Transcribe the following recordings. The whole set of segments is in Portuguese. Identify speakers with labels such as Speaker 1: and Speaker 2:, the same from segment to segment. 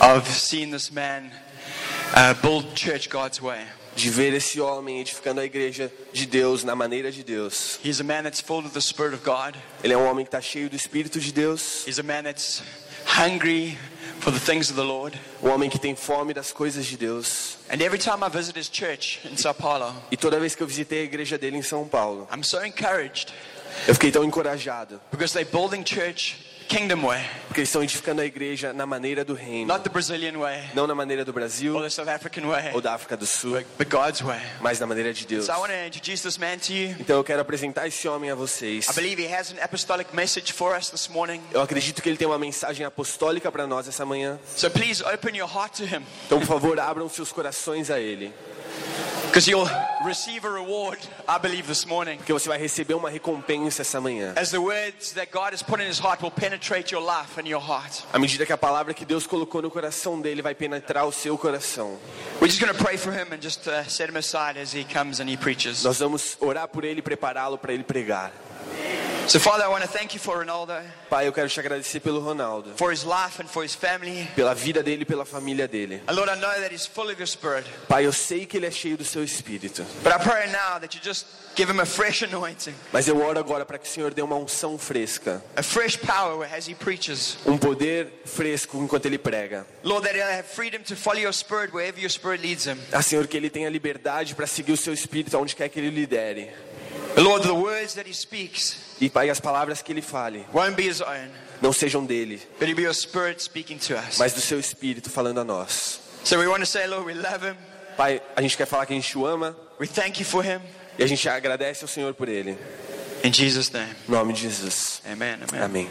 Speaker 1: of seeing this man uh, build church God's way.
Speaker 2: de ver esse homem edificando a igreja de Deus na maneira de Deus.
Speaker 1: He's a man that's filled with the Spirit of God.
Speaker 2: Ele é um homem que está cheio do Espírito de Deus,
Speaker 1: He's a man that's hungry for the things of the Lord.
Speaker 2: um homem que tem fome das coisas de Deus.
Speaker 1: And every time I visit his church in Sao Paulo,
Speaker 2: E toda vez que eu visitei a igreja dele em São Paulo,
Speaker 1: I'm so encouraged
Speaker 2: eu fiquei tão encorajado,
Speaker 1: because they're building church kingdom way,
Speaker 2: porque eles estão edificando a igreja na maneira do reino,
Speaker 1: not the Brazilian way
Speaker 2: não na maneira do Brasil
Speaker 1: or the South African way,
Speaker 2: ou da África do Sul,
Speaker 1: but, but God's way.
Speaker 2: mas na maneira de Deus.
Speaker 1: So I want to introduce this man to you.
Speaker 2: Então eu quero apresentar esse homem a vocês.
Speaker 1: I believe he has an apostolic message for us this morning.
Speaker 2: Eu acredito que ele tem uma mensagem apostólica para nós essa manhã.
Speaker 1: So please open your heart to him
Speaker 2: Então, por favor, abram seus corações a ele,
Speaker 1: because you'll receive a reward, I believe, this morning.
Speaker 2: porque você vai receber uma recompensa essa manhã.
Speaker 1: As the words that God has put in his heart will penetrate your life and your heart.
Speaker 2: À medida que a palavra que Deus colocou no coração dele vai penetrar o seu coração.
Speaker 1: We're just going to pray for him and just uh, set him aside as he comes and he preaches.
Speaker 2: Nós vamos orar por ele e prepará-lo para ele pregar.
Speaker 1: So, Father, I want to thank you for Ronaldo,
Speaker 2: Pai, eu quero te agradecer pelo Ronaldo,
Speaker 1: for his life and for his family.
Speaker 2: pela vida dele e pela família dele.
Speaker 1: And Lord, I know that he's full of your spirit,
Speaker 2: Pai, eu sei que ele é cheio do seu espírito,
Speaker 1: but I pray now that you just give him a fresh anointing,
Speaker 2: mas eu oro agora para que o Senhor dê uma unção fresca,
Speaker 1: a fresh power as he preaches.
Speaker 2: um poder fresco enquanto ele prega.
Speaker 1: Lord, that he'll have freedom to follow your spirit wherever your spirit leads him.
Speaker 2: Ah, Senhor, que ele tenha liberdade para seguir o seu espírito aonde quer que ele lidere.
Speaker 1: Lord, the words that he speaks
Speaker 2: E, Pai, as palavras que ele fale
Speaker 1: won't be his own,
Speaker 2: não sejam dele,
Speaker 1: but it'll be your spirit speaking to us.
Speaker 2: mas do seu espírito falando a nós.
Speaker 1: So we want to say, Lord, we love him.
Speaker 2: Pai, a gente quer falar que a gente o ama,
Speaker 1: We thank you for him.
Speaker 2: E a gente agradece ao Senhor por ele.
Speaker 1: In Jesus' name.
Speaker 2: Em nome de Jesus.
Speaker 1: Amen. Amen.
Speaker 2: Amém.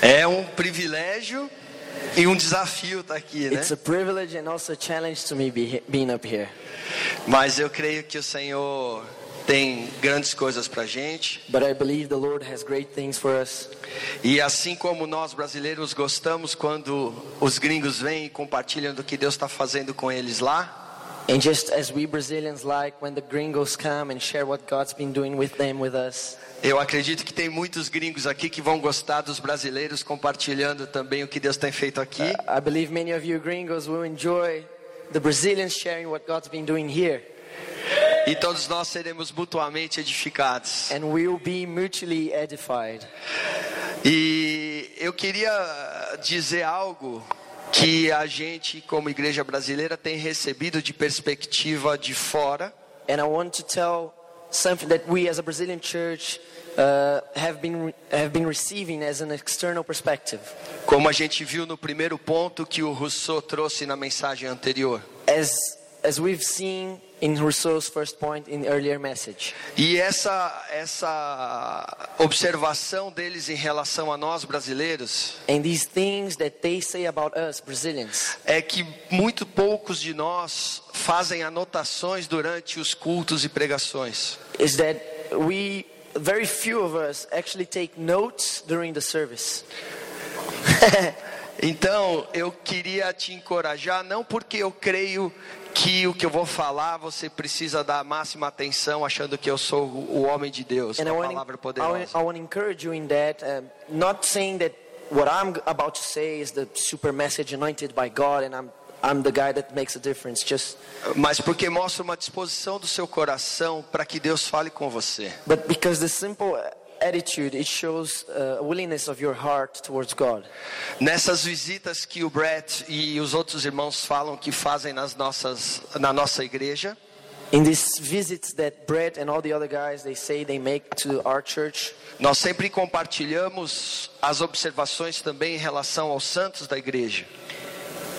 Speaker 3: É um privilégio e um desafio estar aqui, né?
Speaker 4: It's a privilege and also a challenge to me be he- being up here.
Speaker 3: Mas eu creio que o Senhor tem grandes coisas pra gente.
Speaker 4: But I believe the Lord has great things for us.
Speaker 3: E assim como nós brasileiros gostamos quando os gringos vêm e compartilham do que Deus está fazendo com eles lá,
Speaker 4: And just as we Brazilians like when the gringos come and share what God's been doing with them with us,
Speaker 3: eu acredito que tem muitos gringos aqui que vão gostar dos brasileiros compartilhando também o que Deus tem feito aqui.
Speaker 4: I believe many of you gringos will enjoy the Brazilians sharing what God's been doing here.
Speaker 3: E todos nós seremos mutuamente edificados.
Speaker 4: And we'll be mutually edified.
Speaker 3: E eu queria dizer algo que a gente, como igreja brasileira, tem recebido de perspectiva de fora.
Speaker 4: And I want to tell something that we as a Brazilian church uh, have, been re- have been receiving as an external perspective.
Speaker 3: Como a gente viu no primeiro ponto que o Rousseau trouxe na mensagem anterior.
Speaker 4: as as we've seen in Rousseau's first point in the earlier message.
Speaker 3: E essa, essa observação deles em relação a nós brasileiros
Speaker 4: And these things that they say about us Brazilians
Speaker 3: é que muito poucos de nós fazem anotações durante os cultos e pregações.
Speaker 4: is that we very few of us actually take notes during the service.
Speaker 3: Então, eu queria te encorajar, não porque eu creio que o que eu vou falar você precisa dar a máxima atenção, achando que eu sou o o homem de Deus,
Speaker 4: And
Speaker 3: com
Speaker 4: I
Speaker 3: a
Speaker 4: want, I,
Speaker 3: palavra
Speaker 4: want,
Speaker 3: poderosa.
Speaker 4: I want to encourage you in that, um, not saying that what I'm about to say is the super message anointed by God and I'm, I'm the guy that makes a difference. Just,
Speaker 3: Mas porque mostra uma disposição do seu coração para que Deus fale com você.
Speaker 4: but because the simple attitude, it shows uh, a willingness of your heart towards God.
Speaker 3: Nessas visitas que o Brett e os outros irmãos falam que fazem nas nossas, na nossa igreja,
Speaker 4: In these visits that Brett and all the other guys they say they make to our church,
Speaker 3: nós sempre compartilhamos as observações também em relação aos santos da igreja.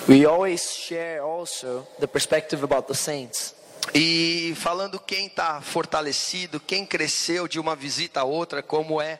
Speaker 4: we always share also the perspective about the saints.
Speaker 3: E falando quem está fortalecido, quem cresceu de uma visita a outra, como é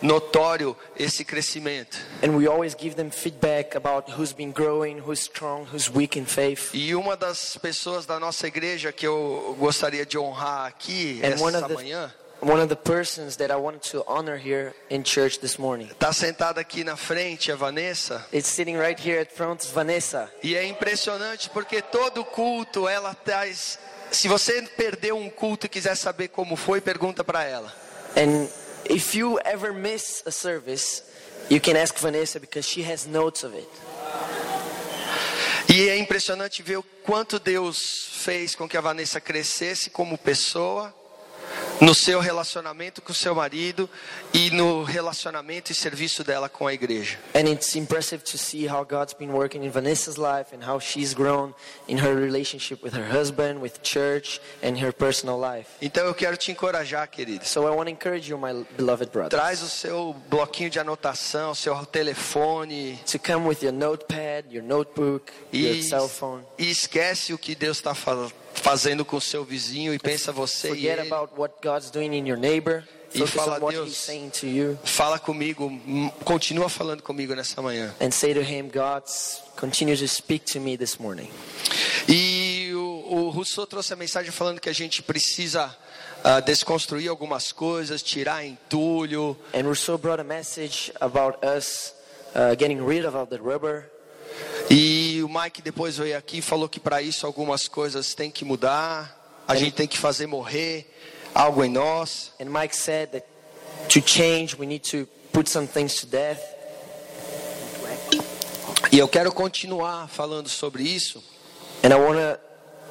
Speaker 3: notório esse crescimento.
Speaker 4: And we always give them feedback about who's been growing, who's strong, who's weak in faith.
Speaker 3: E uma das pessoas da nossa igreja que eu gostaria de honrar aqui
Speaker 4: And
Speaker 3: essa
Speaker 4: one of, the,
Speaker 3: manhã
Speaker 4: one of the persons that I wanted to honor here in church this morning.
Speaker 3: Está tá sentada aqui na frente a Vanessa.
Speaker 4: It's sitting right here at front, Vanessa.
Speaker 3: E é impressionante porque todo culto ela traz. Se você perdeu um culto e quiser saber como foi, pergunta para ela.
Speaker 4: And if you ever miss a service, you can ask Vanessa because she has notes of it.
Speaker 3: E é impressionante ver o quanto Deus fez com que a Vanessa crescesse como pessoa, no seu relacionamento com seu marido e no relacionamento e serviço dela com a igreja.
Speaker 4: And it's impressive to see how God's been working in Vanessa's life and how she's grown in her relationship with her husband, with church, and her personal life.
Speaker 3: Então eu quero te encorajar, queridos.
Speaker 4: So I want to encourage you, my beloved brother,
Speaker 3: Traz o seu bloquinho de anotação, o seu telefone
Speaker 4: to come with your notepad, your notebook, your
Speaker 3: e,
Speaker 4: cell phone.
Speaker 3: e esquece o que Deus está fa- fazendo com o seu vizinho e pensa você e
Speaker 4: Forget
Speaker 3: ele.
Speaker 4: about what God's doing in your neighbor.
Speaker 3: E
Speaker 4: Focus
Speaker 3: fala,
Speaker 4: on what
Speaker 3: "Deus."
Speaker 4: He's saying to you,
Speaker 3: Fala comigo, m- continua falando comigo nessa manhã.
Speaker 4: and say to Him, "God, continue to speak to me this morning."
Speaker 3: E o, o Rousseau trouxe a mensagem falando que a gente precisa ah, desconstruir algumas coisas, tirar entulho.
Speaker 4: And Rousseau brought a message about us uh, getting rid of all the rubber.
Speaker 3: E o Mike depois veio aqui e falou que para isso algumas coisas têm que mudar, a gente tem que fazer morrer algo em nós.
Speaker 4: And Mike said that to change, we need to put some things to death.
Speaker 3: E eu quero continuar falando sobre isso
Speaker 4: And I want to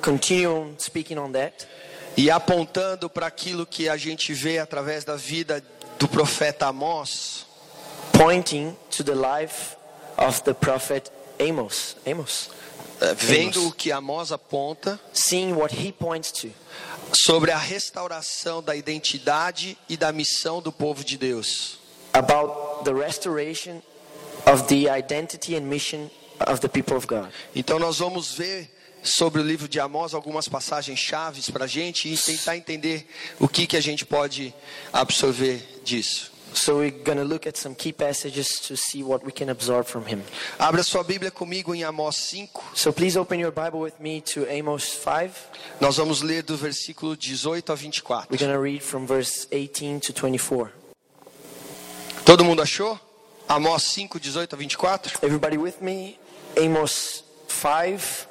Speaker 4: continue on speaking on that
Speaker 3: e apontando para aquilo que a gente vê através da vida do profeta Amós,
Speaker 4: pointing to the life of the prophet Amos. Amos.
Speaker 3: eh, vendo
Speaker 4: Amos.
Speaker 3: o que Amós aponta
Speaker 4: Seeing what he points to
Speaker 3: sobre a restauração da identidade e da missão do povo de Deus.
Speaker 4: about the restoration of the identity and mission of the people of God.
Speaker 3: Então nós vamos ver sobre o livro de Amós algumas passagens chaves para a gente e tentar entender o que, que a gente pode absorver disso.
Speaker 4: So we're going to look at some key passages to see what we can absorb from him.
Speaker 3: Abra sua Bíblia comigo em Amós 5.
Speaker 4: So please open your Bible with me to Amos 5.
Speaker 3: Nós vamos ler do versículo 18 a 24.
Speaker 4: We're going to read from verse 18 to 24.
Speaker 3: Todo mundo achou? Amós 5, 18 a 24?
Speaker 4: Everybody with me? Amos 5,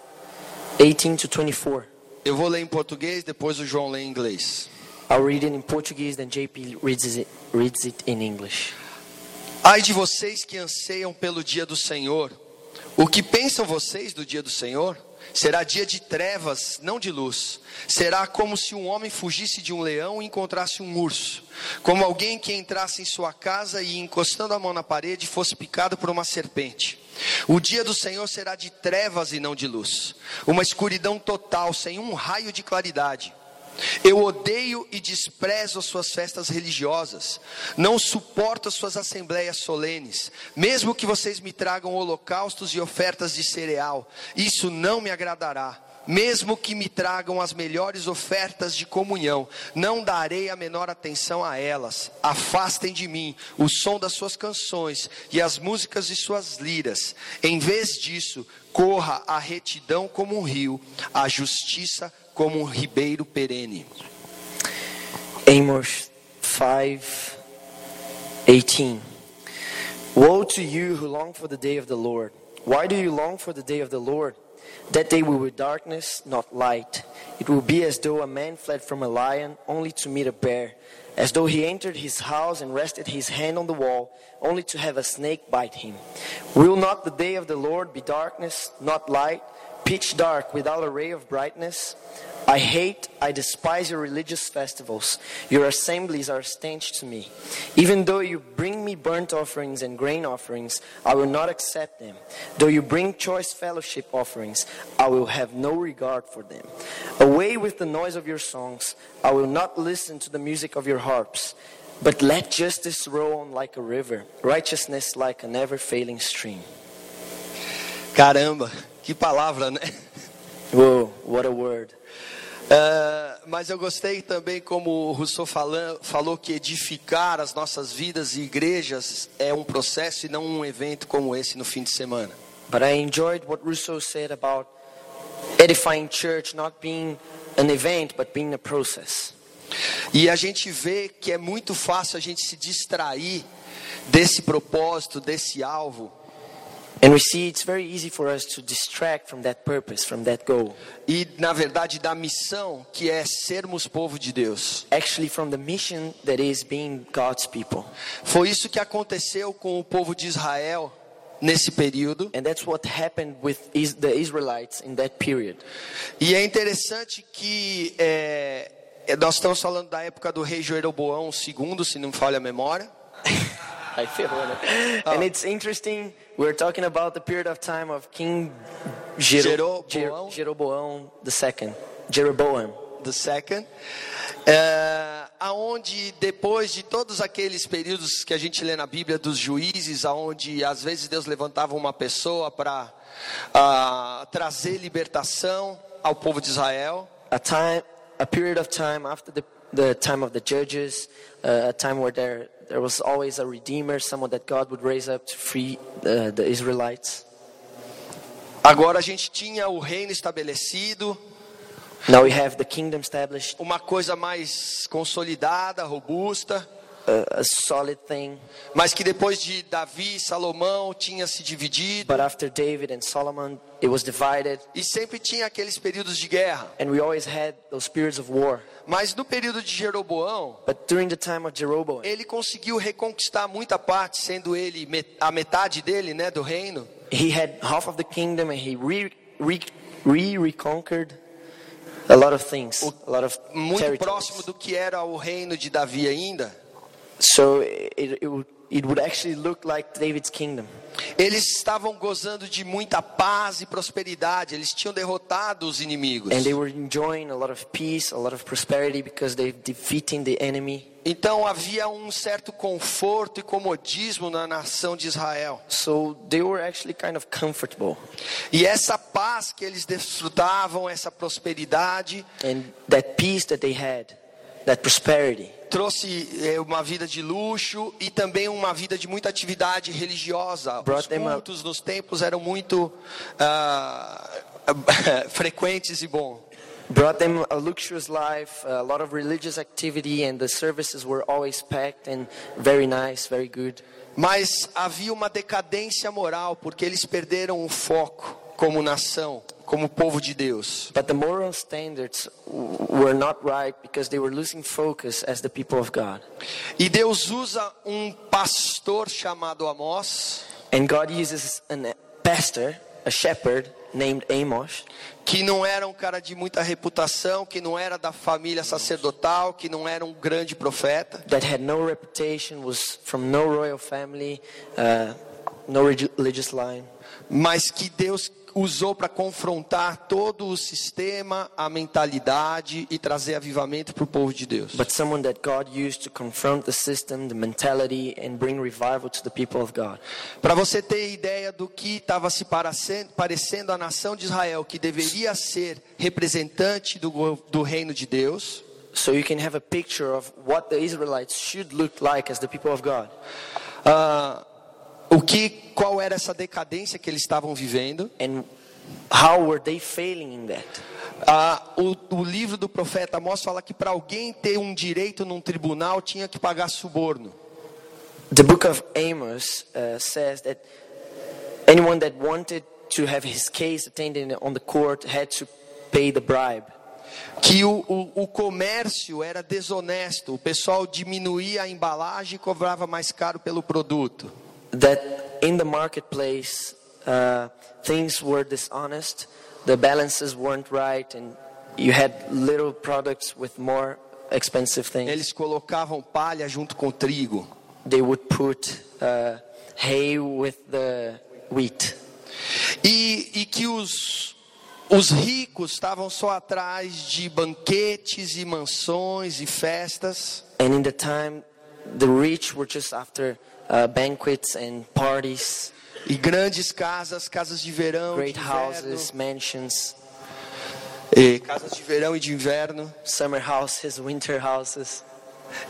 Speaker 4: 18 to 24.
Speaker 3: Eu vou ler em português, depois o João lê em inglês.
Speaker 4: I'll read it in Portuguese, then JP reads it, reads it in English.
Speaker 3: Ai de vocês que anseiam pelo dia do Senhor. O que pensam vocês do dia do Senhor? Será dia de trevas, não de luz. Será como se um homem fugisse de um leão e encontrasse um urso. Como alguém que entrasse em sua casa e, encostando a mão na parede, fosse picado por uma serpente. O dia do Senhor será de trevas e não de luz. Uma escuridão total, sem um raio de claridade. Eu odeio e desprezo as suas festas religiosas, não suporto as suas assembleias solenes, mesmo que vocês me tragam holocaustos e ofertas de cereal, isso não me agradará. Mesmo que me tragam as melhores ofertas de comunhão, não darei a menor atenção a elas. Afastem de mim o som das suas canções e as músicas de suas liras. Em vez disso, corra a retidão como um rio, a justiça como um ribeiro perene.
Speaker 4: Amos 5 18. Woe to you who long for the day of the Lord. Why do you long for the day of the Lord? That day will be darkness, not light. It will be as though a man fled from a lion only to meet a bear, as though he entered his house and rested his hand on the wall only to have a snake bite him. Will not the day of the Lord be darkness, not light, pitch dark without a ray of brightness? I hate, I despise your religious festivals. Your assemblies are stench to me. Even though you bring me burnt offerings and grain offerings, I will not accept them. Though you bring choice fellowship offerings, I will have no regard for them. Away with the noise of your songs, I will not listen to the music of your harps. But let justice roll on like a river, righteousness like a never failing stream.
Speaker 3: Caramba, que palavra, né?
Speaker 4: Whoa, what a word.
Speaker 3: Ah, mas eu gostei também como o Rousseau falan- falou que edificar as nossas vidas e igrejas é um processo e não um evento como esse no fim de semana.
Speaker 4: But I enjoyed what Rousseau said about edifying church not being an event but being a process.
Speaker 3: E a gente vê que é muito fácil a gente se distrair desse propósito, desse alvo.
Speaker 4: And we see it's very easy for us to distract from that purpose, from that goal.
Speaker 3: E, na verdade, da missão que é sermos povo de Deus.
Speaker 4: Actually, from the mission that is being God's people.
Speaker 3: Foi isso que aconteceu com o povo de Israel nesse período.
Speaker 4: And that's what happened with is the Israelites in that period.
Speaker 3: E é interessante que é, nós estamos falando da época do rei Jeroboão II, se não me falha a memória.
Speaker 4: I feel it. And it's interesting, we're talking about the period of time of King Jero-
Speaker 3: Jeroboam.
Speaker 4: Jer- Jeroboam the second. Jeroboam.
Speaker 3: do Second, é, aonde depois de todos aqueles períodos que a gente lê na Bíblia dos juízes, aonde às vezes Deus levantava uma pessoa para ah, trazer libertação ao povo de Israel,
Speaker 4: A time, a period of time after the, the time of the judges, uh, a time where there, there was always a redeemer, someone that God would raise up to free uh, the Israelites.
Speaker 3: agora a gente tinha o reino estabelecido,
Speaker 4: Now we have the kingdom established,
Speaker 3: uma coisa mais consolidada, robusta,
Speaker 4: uh, a solid thing.
Speaker 3: mas que depois de Davi e Salomão tinha se dividido
Speaker 4: But after David and Solomon, it was divided,
Speaker 3: e sempre tinha aqueles períodos de guerra.
Speaker 4: and we always had those periods of war.
Speaker 3: Mas no período de Jeroboão
Speaker 4: But during the time of Jeroboam,
Speaker 3: ele conseguiu reconquistar muita parte, sendo ele met- a metade dele, né, do reino.
Speaker 4: he had half of the kingdom and he re, re, re reconquered a lot of things, a lot of
Speaker 3: Muito próximo
Speaker 4: territories.
Speaker 3: do que era o reino de Davi ainda.
Speaker 4: So it, it, would, it would actually look like David's kingdom.
Speaker 3: Eles estavam gozando de muita paz e prosperidade. Eles tinham derrotado os inimigos.
Speaker 4: And they were enjoying a lot of peace, a lot of prosperity because they're defeating the enemy.
Speaker 3: Então havia um certo conforto e comodismo na nação de Israel.
Speaker 4: So they were actually kind of comfortable.
Speaker 3: E essa paz que eles desfrutavam, essa prosperidade,
Speaker 4: And that peace that they had, that prosperity,
Speaker 3: trouxe eh, uma vida de luxo e também uma vida de muita atividade religiosa. Os
Speaker 4: Brought them up.
Speaker 3: cultos nos templos eram muito ah, frequentes e bom.
Speaker 4: brought them a luxurious life, a lot of religious activity, and the services were always packed and very nice, very good.
Speaker 3: Mas havia uma decadência moral porque eles perderam o foco como nação, como povo de Deus.
Speaker 4: But the moral standards w- were not right because they were losing focus as the people of God.
Speaker 3: E Deus usa um pastor chamado Amós
Speaker 4: And God uses an- a pastor, a shepherd named Amos,
Speaker 3: que não era um cara de muita reputação, que não era da família sacerdotal, que não era um grande profeta.
Speaker 4: that had no reputation, was from no royal family, uh, no regi- religious line.
Speaker 3: mas que Deus usou para confrontar todo o sistema, a mentalidade e trazer avivamento para o povo de Deus.
Speaker 4: But someone that God used to confront the system, the mentality, and bring revival to the people of God.
Speaker 3: Para você ter ideia do que estava se parece- parecendo a nação de Israel, que deveria ser representante do, go- do reino de Deus,
Speaker 4: So you can have a picture of what the Israelites should look like as the people of God.
Speaker 3: ah, o que, qual era essa decadência que eles estavam vivendo?
Speaker 4: And how were they failing in that?
Speaker 3: Ah, o, o livro do profeta Amós fala que para alguém ter um direito num tribunal tinha que pagar suborno.
Speaker 4: The book of Amos uh, says that anyone that wanted to have his case attended on the court had to pay the bribe.
Speaker 3: que o, o, o comércio era desonesto, o pessoal diminuía a embalagem e cobrava mais caro pelo produto.
Speaker 4: That in the marketplace, uh, things were dishonest, the balances weren't right, and you had little products with more expensive things.
Speaker 3: Eles colocavam palha junto com trigo.
Speaker 4: They would put uh, hay with the wheat.
Speaker 3: E, e que os, os ricos estavam só atrás de banquetes e mansões e festas,
Speaker 4: And in the time, the rich were just after uh, banquets and parties.
Speaker 3: e grandes casas, casas de verão,
Speaker 4: great
Speaker 3: de inverno,
Speaker 4: houses, mansions,
Speaker 3: e casas de verão e de inverno.
Speaker 4: summer houses, winter houses.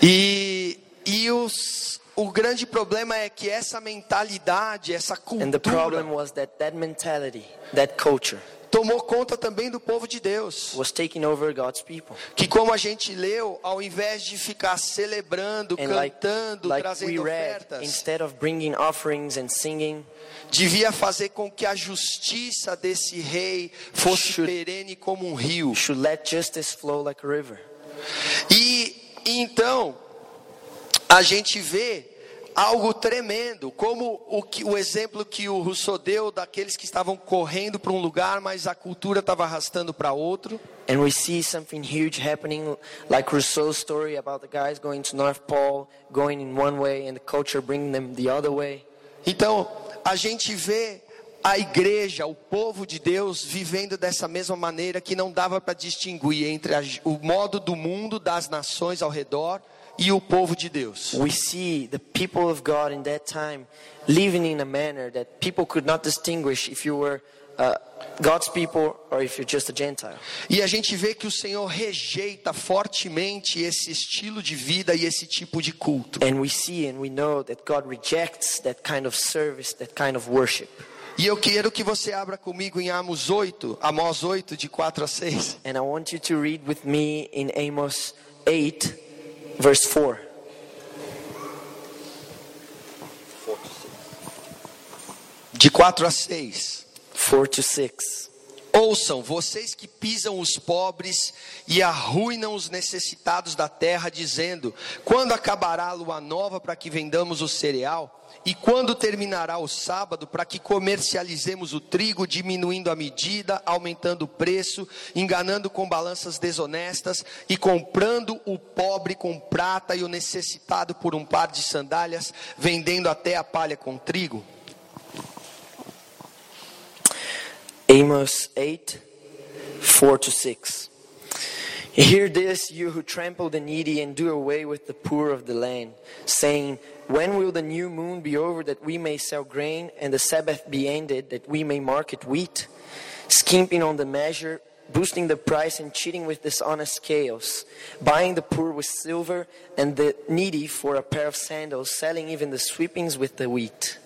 Speaker 3: E, e os, o grande problema é que essa mentalidade, essa
Speaker 4: And the
Speaker 3: cultura
Speaker 4: problem was that that mentality, that culture,
Speaker 3: tomou conta também do povo de Deus.
Speaker 4: was taking over God's people.
Speaker 3: Que como a gente leu, ao invés de ficar celebrando,
Speaker 4: And like,
Speaker 3: cantando,
Speaker 4: like we
Speaker 3: trazendo
Speaker 4: read,
Speaker 3: ofertas,
Speaker 4: instead of bringing offerings and singing,
Speaker 3: devia fazer com que a justiça desse rei fosse
Speaker 4: Should-
Speaker 3: perene como um rio.
Speaker 4: you should let justice flow like a river.
Speaker 3: E então a gente vê algo tremendo, como o, que- o exemplo que o Rousseau deu daqueles que estavam correndo para um lugar, mas a cultura estava arrastando para outro.
Speaker 4: And we see something huge happening, like Rousseau's story about the guys going to North Pole, going in one way, and the culture bringing them the other way.
Speaker 3: Então a gente vê a igreja, o povo de Deus vivendo dessa mesma maneira que não dava para distinguir entre a g- o modo do mundo, das nações ao redor e o povo de Deus.
Speaker 4: We see the people of God in that time living in a manner that people could not distinguish if you were uh, God's people or if you're just a Gentile.
Speaker 3: E a gente vê que o Senhor rejeita fortemente esse estilo de vida e esse tipo de culto.
Speaker 4: And we see and we know that God rejects that kind of service, that kind of worship.
Speaker 3: E eu quero que você abra comigo em Amos 8, Amós 8, de 4 a 6.
Speaker 4: And I want you to read with me in Amos 8, verse 4.
Speaker 3: De 4 a 6.
Speaker 4: 4 to 6.
Speaker 3: Ouçam, vocês que pisam os pobres e arruinam os necessitados da terra, dizendo: Quando acabará a lua nova para que vendamos o cereal? E quando terminará o sábado para que comercializemos o trigo, diminuindo a medida, aumentando o preço, enganando com balanças desonestas e comprando o pobre com prata e o necessitado por um par de sandálias, vendendo até a palha com trigo?
Speaker 4: Amos 8, 4 to 6. Hear this, you who trample the needy and do away with the poor of the land, saying, When will the new moon be over that we may sell grain, and the Sabbath be ended that we may market wheat? Skimping on the measure, boosting the price, and cheating with dishonest scales, buying the poor with silver, and the needy for a pair of sandals, selling even the sweepings with the wheat.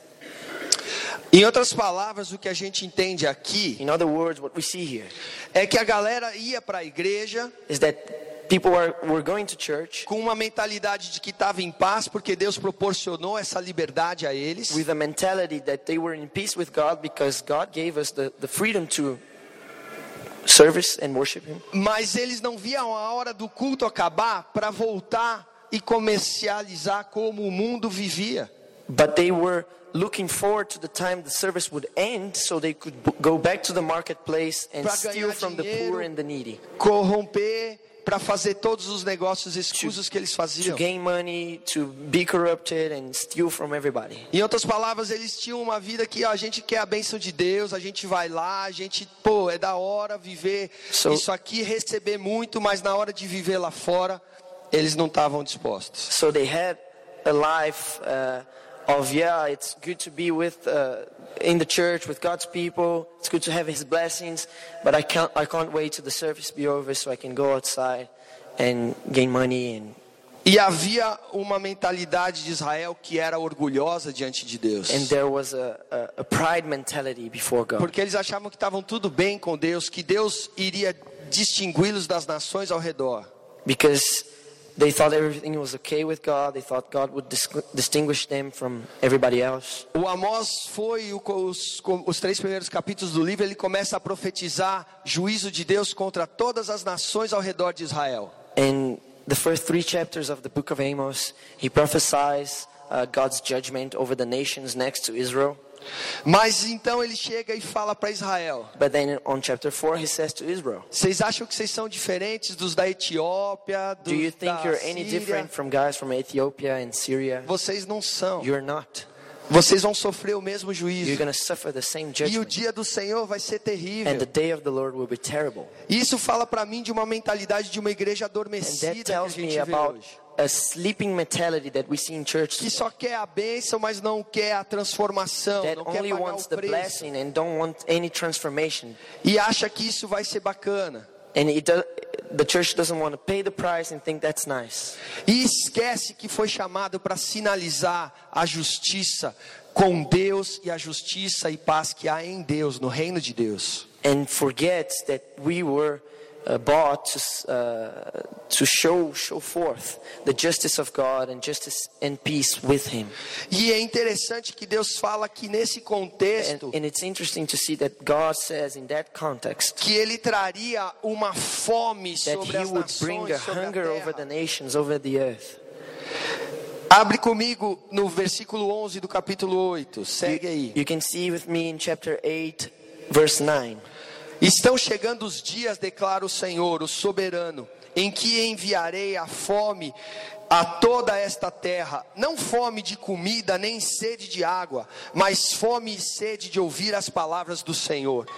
Speaker 3: Em outras palavras, o que a gente entende aqui
Speaker 4: In other words, what we see here
Speaker 3: é que a galera ia para a igreja
Speaker 4: is that people are, were going to church
Speaker 3: com uma mentalidade de que estava em paz porque Deus proporcionou essa liberdade a eles.
Speaker 4: with a mentality that they were in peace with God because God gave us the, the freedom to service and worship Him.
Speaker 3: Mas eles não viam a hora do culto acabar para voltar e comercializar como o mundo vivia.
Speaker 4: But they were looking forward to the time the service would end so they could b- go back to the marketplace and
Speaker 3: Pra
Speaker 4: steal
Speaker 3: ganhar
Speaker 4: from the
Speaker 3: dinheiro.
Speaker 4: poor and the needy.
Speaker 3: Corromper para fazer todos os negócios escusos que eles
Speaker 4: To
Speaker 3: faziam.
Speaker 4: gain money, to be corrupted and steal from everybody.
Speaker 3: Em outras palavras, eles tinham uma vida que ó, a gente quer a bênção de Deus, a gente vai lá, a gente, pô, é da hora viver
Speaker 4: So-
Speaker 3: isso aqui, receber muito, mas na hora de viver lá fora, eles não estavam dispostos.
Speaker 4: So they had a life uh, of yeah, it's good to be with uh, in the church with God's people. It's good to have His blessings, but I can't I can't wait till the service be over so I can go outside and gain money and
Speaker 3: E havia uma mentalidade de Israel que era orgulhosa diante de Deus.
Speaker 4: and there was a, a, a pride mentality before God
Speaker 3: Porque eles achavam que estavam tudo bem com Deus, que Deus iria distingui-los das nações ao redor.
Speaker 4: because they thought everything was okay with God. They thought God would dis- distinguish them from everybody else.
Speaker 3: O Amós foi o co- os, co- os três primeiros capítulos do livro, ele começa a profetizar juízo de Deus contra todas as nações ao redor de Israel.
Speaker 4: In the first three chapters of the book of Amos, he prophesies uh, God's judgment over the nations next to Israel.
Speaker 3: Mas então ele chega e fala para Israel:
Speaker 4: But then on chapter 4, he says to Israel,
Speaker 3: Vocês acham que vocês são diferentes dos da Etiópia, dos
Speaker 4: Do you think
Speaker 3: da
Speaker 4: you're any
Speaker 3: Síria?
Speaker 4: different from guys from Ethiopia and Syria?
Speaker 3: Vocês não são.
Speaker 4: You're not.
Speaker 3: Vocês vão sofrer o mesmo
Speaker 4: You're
Speaker 3: juízo.
Speaker 4: going to suffer the same
Speaker 3: E o
Speaker 4: judgment.
Speaker 3: dia do Senhor vai ser
Speaker 4: And the
Speaker 3: terrível.
Speaker 4: day of the Lord will be terrible.
Speaker 3: Isso fala para mim de uma mentalidade de uma igreja
Speaker 4: And
Speaker 3: adormecida
Speaker 4: that
Speaker 3: que a
Speaker 4: tells me
Speaker 3: gente vê
Speaker 4: about
Speaker 3: hoje.
Speaker 4: a sleeping mentality that we see in
Speaker 3: que
Speaker 4: church
Speaker 3: só quer a bênção, mas não quer a transformação,
Speaker 4: that
Speaker 3: não quer
Speaker 4: only
Speaker 3: pagar
Speaker 4: wants
Speaker 3: o
Speaker 4: the
Speaker 3: preço
Speaker 4: blessing and don't want any transformation.
Speaker 3: e acha que isso vai ser bacana.
Speaker 4: And it do, the church doesn't want to pay the price and think that's nice.
Speaker 3: E esquece que foi chamado para sinalizar a justiça com Deus e a justiça e paz que há em Deus, no reino de Deus.
Speaker 4: and forget that we were uh, bought to, s- uh, to show, show forth the justice of God and justice and peace with Him.
Speaker 3: E é interessante que Deus fala que nesse
Speaker 4: And,
Speaker 3: contexto
Speaker 4: and it's interesting to see that God says in that context
Speaker 3: que ele traria uma fome
Speaker 4: that
Speaker 3: sobre
Speaker 4: He
Speaker 3: as
Speaker 4: would bring a
Speaker 3: nações, sobre a
Speaker 4: hunger over the
Speaker 3: terra.
Speaker 4: nations, over the earth.
Speaker 3: Abre comigo no versículo 11 do capítulo 8. Segue aí.
Speaker 4: You can see with me in chapter 8, verse 9.
Speaker 3: Estão chegando os dias, declara o Senhor, o soberano, em que enviarei a fome a toda esta terra, não fome de comida nem sede de água, mas fome e sede de ouvir as palavras do Senhor.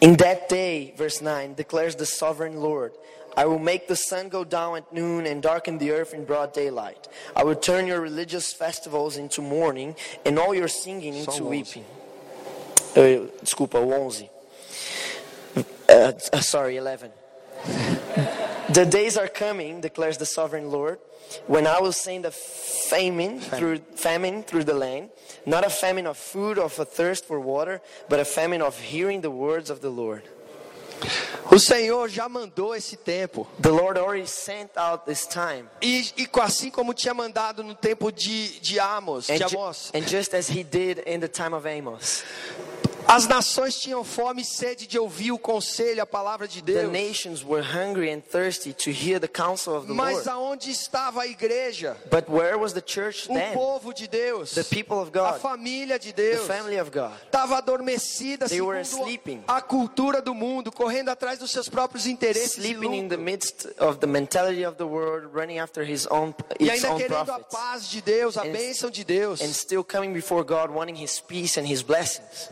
Speaker 4: In that day, verse 9, declares the sovereign Lord, I will make the sun go down at noon and darken the earth in broad daylight. I will turn your religious festivals into mourning and all your singing
Speaker 3: Só
Speaker 4: into
Speaker 3: o 11.
Speaker 4: weeping. Eh, desculpa, o 11. Uh, uh, sorry, 11. the days are coming, declares the sovereign Lord, when I will send a famine, through famine through the land, not a famine of food or of a thirst for water, but a famine of hearing the words of the Lord.
Speaker 3: O Senhor já mandou esse tempo.
Speaker 4: The Lord already sent out this time.
Speaker 3: E, e co- assim como tinha mandado no tempo de, de Amos,
Speaker 4: And,
Speaker 3: de
Speaker 4: ju-
Speaker 3: Amós,
Speaker 4: and just as he did in the time of Amos,
Speaker 3: as nações tinham fome e sede de ouvir o conselho, a palavra de
Speaker 4: the
Speaker 3: Deus.
Speaker 4: nations were hungry and thirsty to hear the counsel of the
Speaker 3: Mas
Speaker 4: Lord.
Speaker 3: aonde estava a igreja?
Speaker 4: But where was the church
Speaker 3: O
Speaker 4: then?
Speaker 3: povo de Deus,
Speaker 4: The people of
Speaker 3: a
Speaker 4: God,
Speaker 3: família de
Speaker 4: the
Speaker 3: Deus,
Speaker 4: family of God.
Speaker 3: estava adormecida
Speaker 4: They were
Speaker 3: segundo
Speaker 4: sleeping.
Speaker 3: a cultura do mundo, correndo atrás dos seus próprios interesses e
Speaker 4: sleeping in the
Speaker 3: lucro.
Speaker 4: midst of the mentality of the world, running after his own
Speaker 3: E
Speaker 4: its
Speaker 3: ainda
Speaker 4: own
Speaker 3: querendo a
Speaker 4: profits,
Speaker 3: paz de Deus, a
Speaker 4: And-
Speaker 3: bênção de Deus.
Speaker 4: and still coming before God, wanting His peace and His blessings.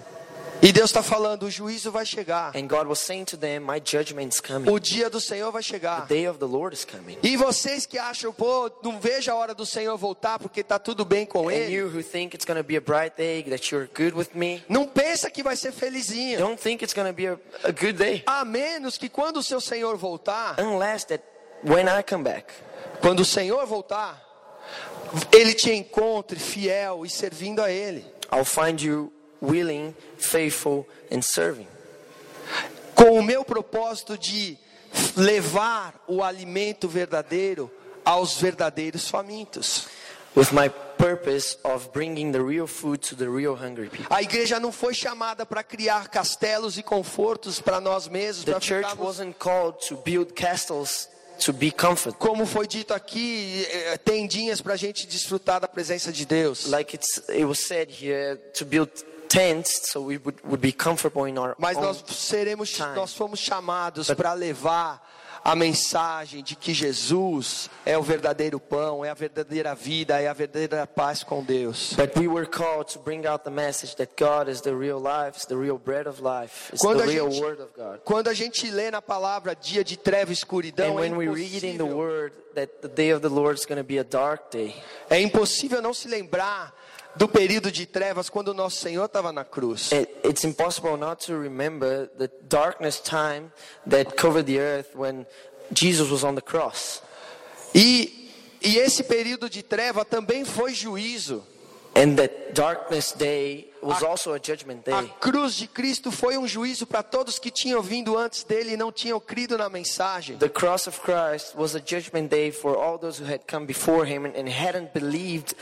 Speaker 3: E Deus está falando, o juízo vai chegar,
Speaker 4: And God was saying to them, "My judgment is coming.
Speaker 3: o dia do Senhor vai
Speaker 4: The
Speaker 3: chegar.
Speaker 4: day of the Lord is coming."
Speaker 3: E vocês que acham, pô, não vejo a hora do Senhor voltar porque tá tudo bem com
Speaker 4: And
Speaker 3: Ele.
Speaker 4: you who think it's going to be a bright day, that you're good with me,
Speaker 3: Não pensa que vai ser felizinho.
Speaker 4: don't think it's going to be a, a good day
Speaker 3: A menos que quando o seu Senhor voltar,
Speaker 4: unless that when I come back,
Speaker 3: quando o Senhor voltar, Ele te encontre fiel e servindo a Ele.
Speaker 4: I'll find you willing, faithful, and serving.
Speaker 3: Com o meu propósito de levar o alimento verdadeiro aos verdadeiros famintos.
Speaker 4: With my purpose of bringing the real food to the real hungry people.
Speaker 3: A igreja não foi chamada para criar castelos e confortos para nós mesmos,
Speaker 4: The
Speaker 3: para
Speaker 4: church
Speaker 3: ficarmos
Speaker 4: wasn't called to build castles to be comfort.
Speaker 3: Como foi dito aqui, eh, tendinhas para a gente desfrutar da presença de Deus.
Speaker 4: Like it's, it was said here, to build tents so we would, would be comfortable in our
Speaker 3: Mas
Speaker 4: own.
Speaker 3: nós seremos,
Speaker 4: time.
Speaker 3: nós fomos chamados para levar a mensagem de que Jesus é o verdadeiro pão, é a verdadeira vida, é a verdadeira paz com Deus.
Speaker 4: But we were called to bring out the message that God is the real life, is the real bread of life, is
Speaker 3: Quando
Speaker 4: the
Speaker 3: a
Speaker 4: real
Speaker 3: gente-
Speaker 4: word of God.
Speaker 3: Quando a gente lê na palavra dia de treva e
Speaker 4: And
Speaker 3: escuridão, é
Speaker 4: when we read in the
Speaker 3: impossível,
Speaker 4: word that the day of the Lord is going to be a dark day,
Speaker 3: é impossível não se lembrar do período de trevas quando o nosso Senhor estava na cruz.
Speaker 4: it, it's impossible not to remember the darkness time that covered the earth when Jesus was on the cross.
Speaker 3: E, e esse período de treva também foi juízo.
Speaker 4: And that darkness day was also a judgment
Speaker 3: A
Speaker 4: day.
Speaker 3: cruz de Cristo foi um juízo para todos que tinham vindo antes dele e não tinham crido na mensagem.
Speaker 4: The cross of Christ was a judgment day for all those who had come before him and, and hadn't believed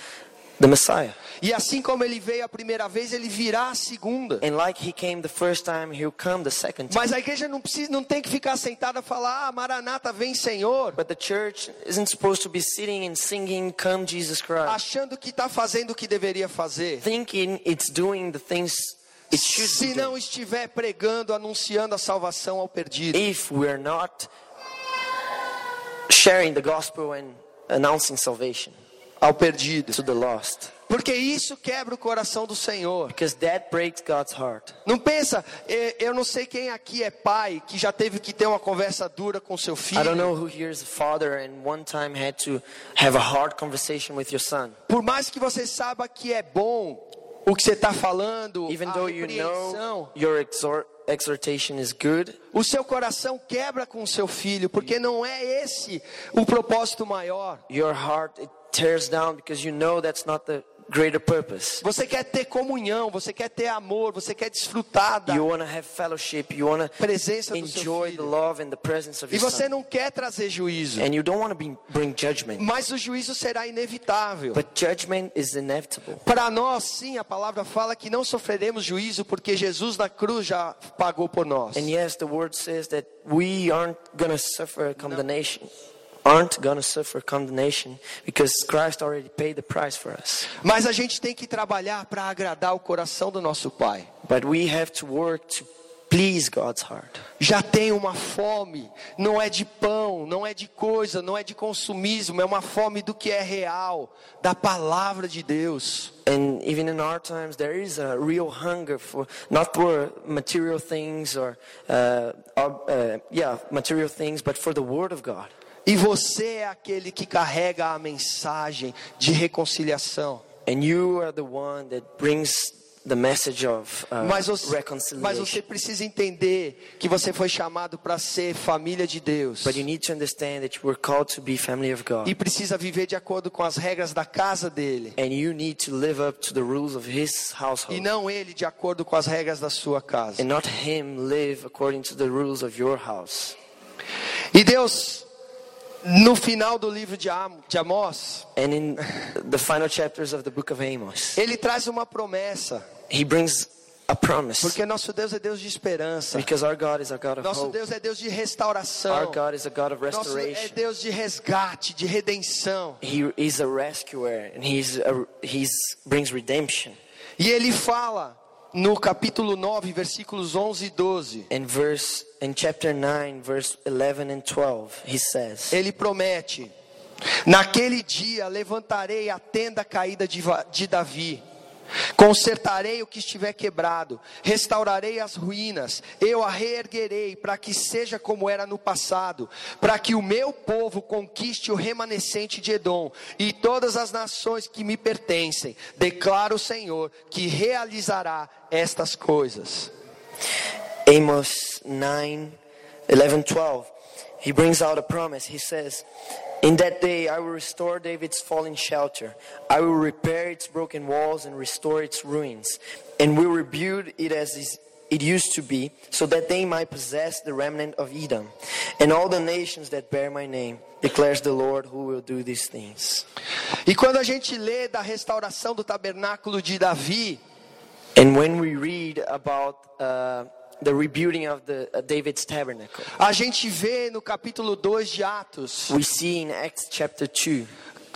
Speaker 4: the Messiah.
Speaker 3: E assim como ele veio a primeira vez, ele virá a segunda.
Speaker 4: And like he came the first time, he'll come the second time.
Speaker 3: Mas a igreja não precisa, não tem que ficar sentada e falar: "Ah, Maranata, vem, Senhor",
Speaker 4: But the church isn't supposed to be sitting and singing, Come Jesus Christ,
Speaker 3: achando que está fazendo o que deveria fazer.
Speaker 4: thinking it's doing the things it should
Speaker 3: Se
Speaker 4: be. Doing.
Speaker 3: não estiver pregando, anunciando a salvação ao perdido.
Speaker 4: If we're not sharing the gospel and announcing salvation
Speaker 3: Ao perdido.
Speaker 4: to the lost,
Speaker 3: Porque isso quebra o coração do Senhor.
Speaker 4: because that breaks God's heart.
Speaker 3: Não pensa, eh, eu não sei quem aqui é pai que já teve que ter uma conversa dura com seu
Speaker 4: I don't
Speaker 3: filho.
Speaker 4: know who here is a father and one time had to have a hard conversation with your son.
Speaker 3: Por mais que você saiba que é bom o que você está falando,
Speaker 4: Even
Speaker 3: a
Speaker 4: though you
Speaker 3: repreensão,
Speaker 4: know your exhort, exhortation is good,
Speaker 3: o seu coração quebra com o seu filho, porque não é esse o propósito maior.
Speaker 4: your heart it tears down because you know that's not the, greater purpose.
Speaker 3: Você quer ter comunhão, você quer ter amor, você quer desfrutar da
Speaker 4: You want to have fellowship. You want
Speaker 3: presença
Speaker 4: to
Speaker 3: do seu
Speaker 4: enjoy the
Speaker 3: filho.
Speaker 4: love and the presence of
Speaker 3: E
Speaker 4: your
Speaker 3: você
Speaker 4: son.
Speaker 3: não quer trazer juízo,
Speaker 4: And you don't want to be, bring judgment.
Speaker 3: mas o juízo será inevitável.
Speaker 4: But judgment is inevitable.
Speaker 3: Para nós, sim, a palavra fala que não sofreremos juízo porque Jesus na cruz já pagou por nós.
Speaker 4: And yes, the word says that we aren't going to suffer condemnation. Aren't going to suffer condemnation because Christ already paid the price for us.
Speaker 3: Mas a gente tem que trabalhar para agradar o coração do nosso Pai.
Speaker 4: But we have to work to please God's heart.
Speaker 3: Já tem uma fome, não é de pão, não é de coisa, não é de consumismo, é uma fome do que é real, da palavra de Deus.
Speaker 4: And even in our times, there is a real hunger for not for material things or, uh, ob- uh, yeah, material things, but for the Word of God.
Speaker 3: E você é aquele que carrega a mensagem de reconciliação.
Speaker 4: And you are the one that brings the message of uh,
Speaker 3: Mas você, mas
Speaker 4: reconciliation.
Speaker 3: você precisa entender que você foi chamado para ser família de Deus.
Speaker 4: But you need to understand that you were called to be family of God.
Speaker 3: E precisa viver de acordo com as regras da casa dele.
Speaker 4: And you need to live up to the rules of his
Speaker 3: E
Speaker 4: household.
Speaker 3: não ele de acordo com as regras da sua casa.
Speaker 4: And not him live according to the rules of your house.
Speaker 3: E Deus, no final do livro de Am- de Amós,
Speaker 4: And in the final chapters of the book of Amos,
Speaker 3: ele traz uma promessa.
Speaker 4: he brings a promise.
Speaker 3: Porque nosso Deus é Deus de esperança.
Speaker 4: Because our God is a God of
Speaker 3: Nosso
Speaker 4: hope.
Speaker 3: Deus é Deus de
Speaker 4: Our
Speaker 3: restauração.
Speaker 4: God is a God of
Speaker 3: Nosso é
Speaker 4: restoration.
Speaker 3: Deus de resgate, de redenção.
Speaker 4: He is a rescuer and he's a, he's brings redemption.
Speaker 3: E ele fala no capítulo 9, versículos 11 e 12.
Speaker 4: In verse in chapter 9 verse 11 and 12 he says,
Speaker 3: Ele promete: Naquele dia levantarei a tenda caída de, Va- de Davi. Consertarei o que estiver quebrado, restaurarei as ruínas, eu a reerguerei para que seja como era no passado, para que o meu povo conquiste o remanescente de Edom e todas as nações que me pertencem. Declara o Senhor que realizará estas coisas.
Speaker 4: Amos 9 11 12 he brings out a promise he says in that day i will restore david's fallen shelter i will repair its broken walls and restore its ruins and will rebuild it as is- it used to be so that they might possess the remnant of edom and all the nations that bear my name declares the lord who will do these things
Speaker 3: E quando a gente lê da restauração do tabernáculo de Davi,
Speaker 4: and when we read about uh, the rebuilding of the uh, david's tabernacle
Speaker 3: A gente vê no capítulo 2 de Atos,
Speaker 4: we see in acts chapter 2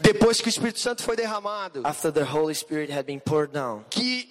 Speaker 3: depois que o Espírito Santo foi derramado,
Speaker 4: after the Holy Spirit had been poured down,
Speaker 3: que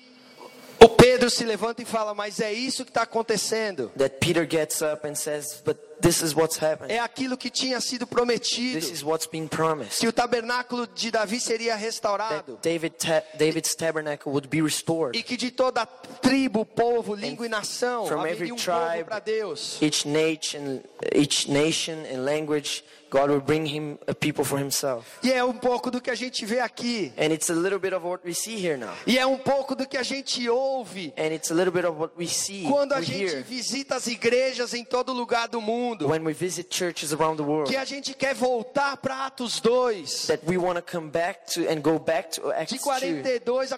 Speaker 3: o Pedro se levanta e fala: Mas é isso que está acontecendo.
Speaker 4: that Peter gets up and says, But this is what's happened.
Speaker 3: É aquilo que tinha sido
Speaker 4: This
Speaker 3: prometido:
Speaker 4: is what's been promised.
Speaker 3: que o tabernáculo de Davi seria restaurado
Speaker 4: That David ta- David's tabernacle would be restored.
Speaker 3: e que de toda tribo, povo, língua e nação
Speaker 4: from
Speaker 3: haveria
Speaker 4: every
Speaker 3: um povo
Speaker 4: tribe-
Speaker 3: para Deus.
Speaker 4: Each nation, each nation and language, God will bring him a people for himself.
Speaker 3: E é um pouco do que a gente vê aqui,
Speaker 4: And it's a little bit of what we see here now.
Speaker 3: e é um pouco do que a gente ouve
Speaker 4: And it's a little bit of what we see
Speaker 3: quando a
Speaker 4: we
Speaker 3: gente
Speaker 4: hear
Speaker 3: visita as igrejas em todo lugar do mundo.
Speaker 4: when we visit churches around the world.
Speaker 3: que a gente quer voltar para Atos 2,
Speaker 4: That we want to come back to and go back to
Speaker 3: de
Speaker 4: Acts 2
Speaker 3: 42 a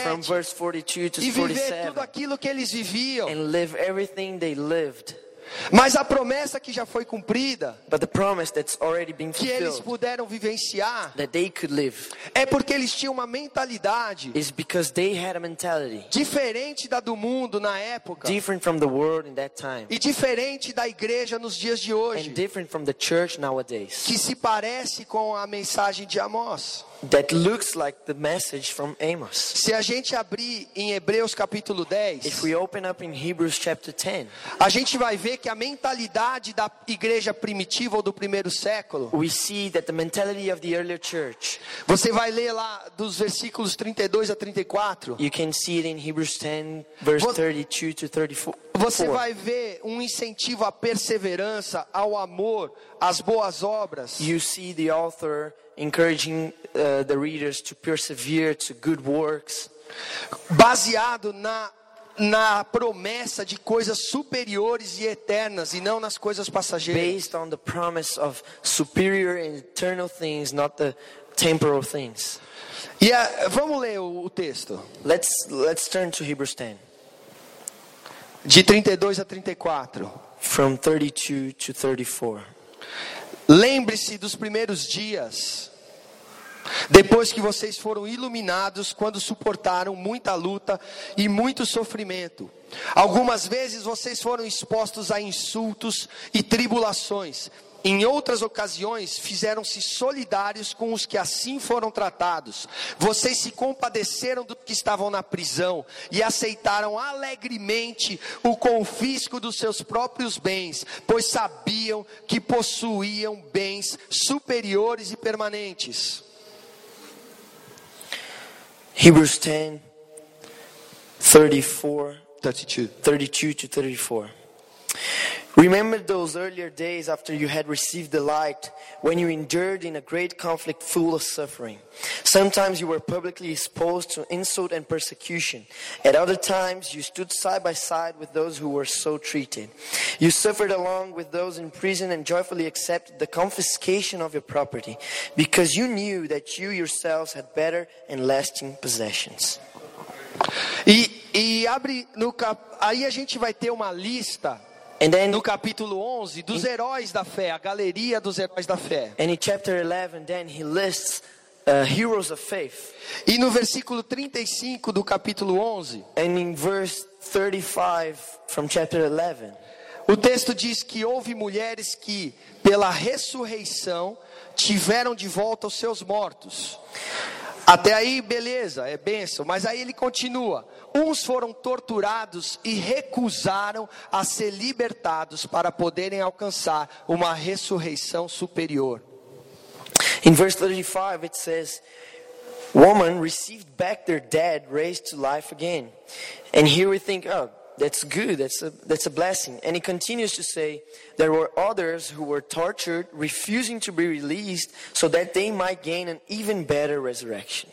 Speaker 4: from
Speaker 3: 47,
Speaker 4: verse 42
Speaker 3: e
Speaker 4: to
Speaker 3: viver tudo
Speaker 4: 47.
Speaker 3: aquilo que eles viviam.
Speaker 4: and live everything they lived.
Speaker 3: Mas a promessa que já foi cumprida,
Speaker 4: But the promise that's already been
Speaker 3: que eles
Speaker 4: fulfilled,
Speaker 3: puderam vivenciar,
Speaker 4: that they could live,
Speaker 3: é porque eles tinham uma mentalidade
Speaker 4: is because they had a mentality
Speaker 3: diferente da do mundo na época,
Speaker 4: different from the world in that time
Speaker 3: e diferente da igreja nos dias de
Speaker 4: and
Speaker 3: hoje,
Speaker 4: different from the church nowadays.
Speaker 3: que se parece com a mensagem de Amós.
Speaker 4: That looks like the message from Amos.
Speaker 3: Se a gente abrir em Hebreus capítulo
Speaker 4: If
Speaker 3: 10,
Speaker 4: we open up in Hebrews chapter 10,
Speaker 3: A gente vai ver que a mentalidade da igreja primitiva ou do primeiro século,
Speaker 4: we see that the mentality of the earlier church,
Speaker 3: você vai ler lá dos versículos 32 a 34,
Speaker 4: you can see it in Hebrews 10, verse
Speaker 3: Vo-
Speaker 4: 32 to 34.
Speaker 3: você vai ver um incentivo à perseverança, ao amor, às boas obras.
Speaker 4: you see the author encouraging uh, the readers to persevere to good works
Speaker 3: baseado na na promessa de coisas superiores e eternas e não nas coisas passageiras.
Speaker 4: based on the promise of superior and eternal things not the temporal things.
Speaker 3: E é, vamos ler o, o texto.
Speaker 4: Let's let's turn to Hebrews 10
Speaker 3: De 32 a 34.
Speaker 4: from 32 to 34.
Speaker 3: Lembre-se dos primeiros dias, depois que vocês foram iluminados, quando suportaram muita luta e muito sofrimento. Algumas vezes vocês foram expostos a insultos e tribulações. Em outras ocasiões, fizeram-se solidários com os que assim foram tratados. Vocês se compadeceram do que estavam na prisão e aceitaram alegremente o confisco dos seus próprios bens, pois sabiam que possuíam bens superiores e permanentes.
Speaker 4: Hebrews 10 34
Speaker 3: 32.
Speaker 4: 32 to 34. Remember those earlier days after you had received the light, when you endured in a great conflict full of suffering. Sometimes you were publicly exposed to insult and persecution. At other times, you stood side by side with those who were so treated. You suffered along with those in prison and joyfully accepted the confiscation of your property, because you knew that you yourselves had better and lasting possessions.
Speaker 3: E, e abre no cap... aí a gente vai ter uma lista é,
Speaker 4: And then
Speaker 3: no capítulo 11 dos heróis da fé, a galeria dos heróis da fé.
Speaker 4: And in chapter 11, then he lists uh, heroes of faith.
Speaker 3: E no versículo 35 do capítulo 11,
Speaker 4: And in verse 35 from chapter 11,
Speaker 3: o texto diz que houve mulheres que pela ressurreição tiveram de volta os seus mortos. Até aí, beleza, é bênção. Mas aí ele continua: uns foram torturados e recusaram a ser libertados para poderem alcançar uma ressurreição superior.
Speaker 4: in verse 35, it says, Woman received back their dead, raised to life again. And here we think, oh, that's good, that's a, that's a blessing. And he continues to say, There were others who were tortured, refusing to be released, so that they might gain an even better resurrection.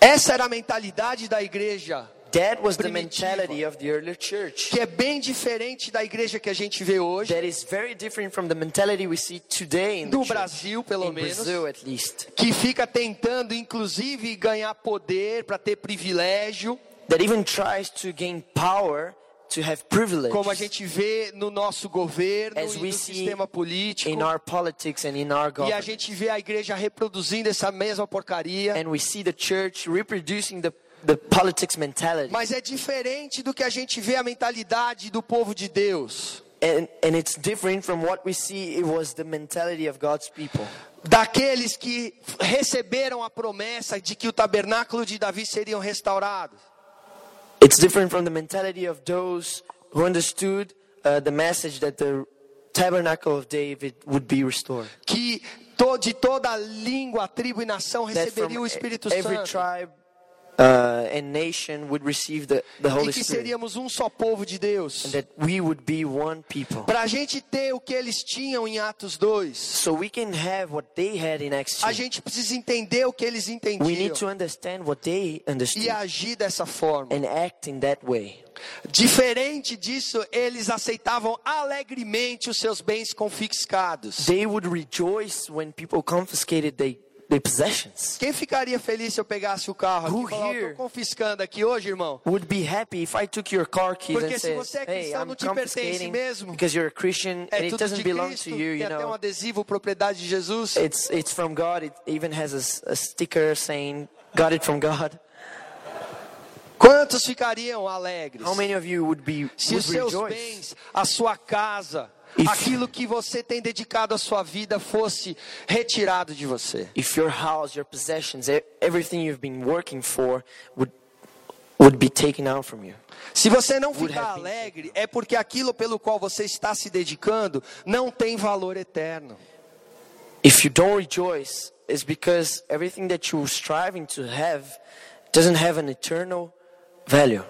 Speaker 3: Essa era a mentalidade da igreja,
Speaker 4: That was the
Speaker 3: Primitiva.
Speaker 4: mentality of the earlier church.
Speaker 3: que é bem diferente da igreja que a gente vê hoje,
Speaker 4: that is very different from the mentality we see today in the
Speaker 3: do
Speaker 4: church.
Speaker 3: Brasil pelo
Speaker 4: in
Speaker 3: menos,
Speaker 4: Brazil at least.
Speaker 3: que fica tentando inclusive ganhar poder para ter privilégio,
Speaker 4: That even tries to gain power to have privilege
Speaker 3: como a gente vê no nosso governo
Speaker 4: As
Speaker 3: e
Speaker 4: we
Speaker 3: no
Speaker 4: see
Speaker 3: sistema político,
Speaker 4: in our politics and in our
Speaker 3: e a
Speaker 4: government.
Speaker 3: gente vê a igreja reproduzindo essa mesma porcaria.
Speaker 4: And we see the church reproducing the, the politics mentality.
Speaker 3: Mas é diferente do que a gente vê a mentalidade do povo de Deus,
Speaker 4: And, and it's different from what we see it was the mentality of God's people.
Speaker 3: daqueles que receberam a promessa de que o tabernáculo de Davi seriam restaurados.
Speaker 4: It's different from the mentality of those who understood uh, the message that the tabernacle of David would be restored.
Speaker 3: que to, de toda língua, tribo e nação
Speaker 4: that from e-,
Speaker 3: receberia o Espírito
Speaker 4: every
Speaker 3: Santo
Speaker 4: tribe uh, and nation would receive the, the Holy
Speaker 3: e que
Speaker 4: Spirit.
Speaker 3: seríamos um só povo de Deus.
Speaker 4: That we would be one people.
Speaker 3: Para a gente ter o que eles tinham em Atos 2,
Speaker 4: So we can have what they had in Acts
Speaker 3: a
Speaker 4: 2.
Speaker 3: gente precisa entender o que eles
Speaker 4: We need
Speaker 3: entendiam
Speaker 4: to understand what they
Speaker 3: e
Speaker 4: understood
Speaker 3: agir dessa forma.
Speaker 4: and act in that way.
Speaker 3: Diferente disso, eles aceitavam alegremente os seus bens confiscados.
Speaker 4: They would rejoice when people confiscated they, their possessions.
Speaker 3: Quem ficaria feliz se eu pegasse o carro
Speaker 4: Who
Speaker 3: aqui e
Speaker 4: here-
Speaker 3: estou confiscando aqui hoje, irmão?
Speaker 4: Would be happy if I took your car keys
Speaker 3: Porque
Speaker 4: and
Speaker 3: se
Speaker 4: said,
Speaker 3: você é
Speaker 4: "Hey,
Speaker 3: cristão,
Speaker 4: I'm
Speaker 3: não te pertence
Speaker 4: confiscating
Speaker 3: mesmo."
Speaker 4: because you're a Christian and
Speaker 3: É
Speaker 4: it
Speaker 3: tudo de
Speaker 4: doesn't belong to
Speaker 3: Cristo,
Speaker 4: you."
Speaker 3: tem
Speaker 4: You
Speaker 3: até um
Speaker 4: know,
Speaker 3: adesivo, propriedade de Jesus.
Speaker 4: it's it's from God. It even has a s a a sticker saying, "Got it from God."
Speaker 3: Quantos ficariam alegres
Speaker 4: How many of you would be
Speaker 3: se
Speaker 4: would
Speaker 3: os seus
Speaker 4: rejoice
Speaker 3: bens, a sua casa,
Speaker 4: If-
Speaker 3: aquilo que você tem dedicado à sua vida fosse retirado de você?
Speaker 4: if your house, your possessions, e- everything you've been working for would would be taken out from you?
Speaker 3: Se você não
Speaker 4: Would
Speaker 3: ficar
Speaker 4: have been
Speaker 3: alegre, é porque aquilo pelo qual você está se dedicando não tem valor eterno.
Speaker 4: If you don't rejoice, it's because everything that you're striving to have doesn't have an eternal value.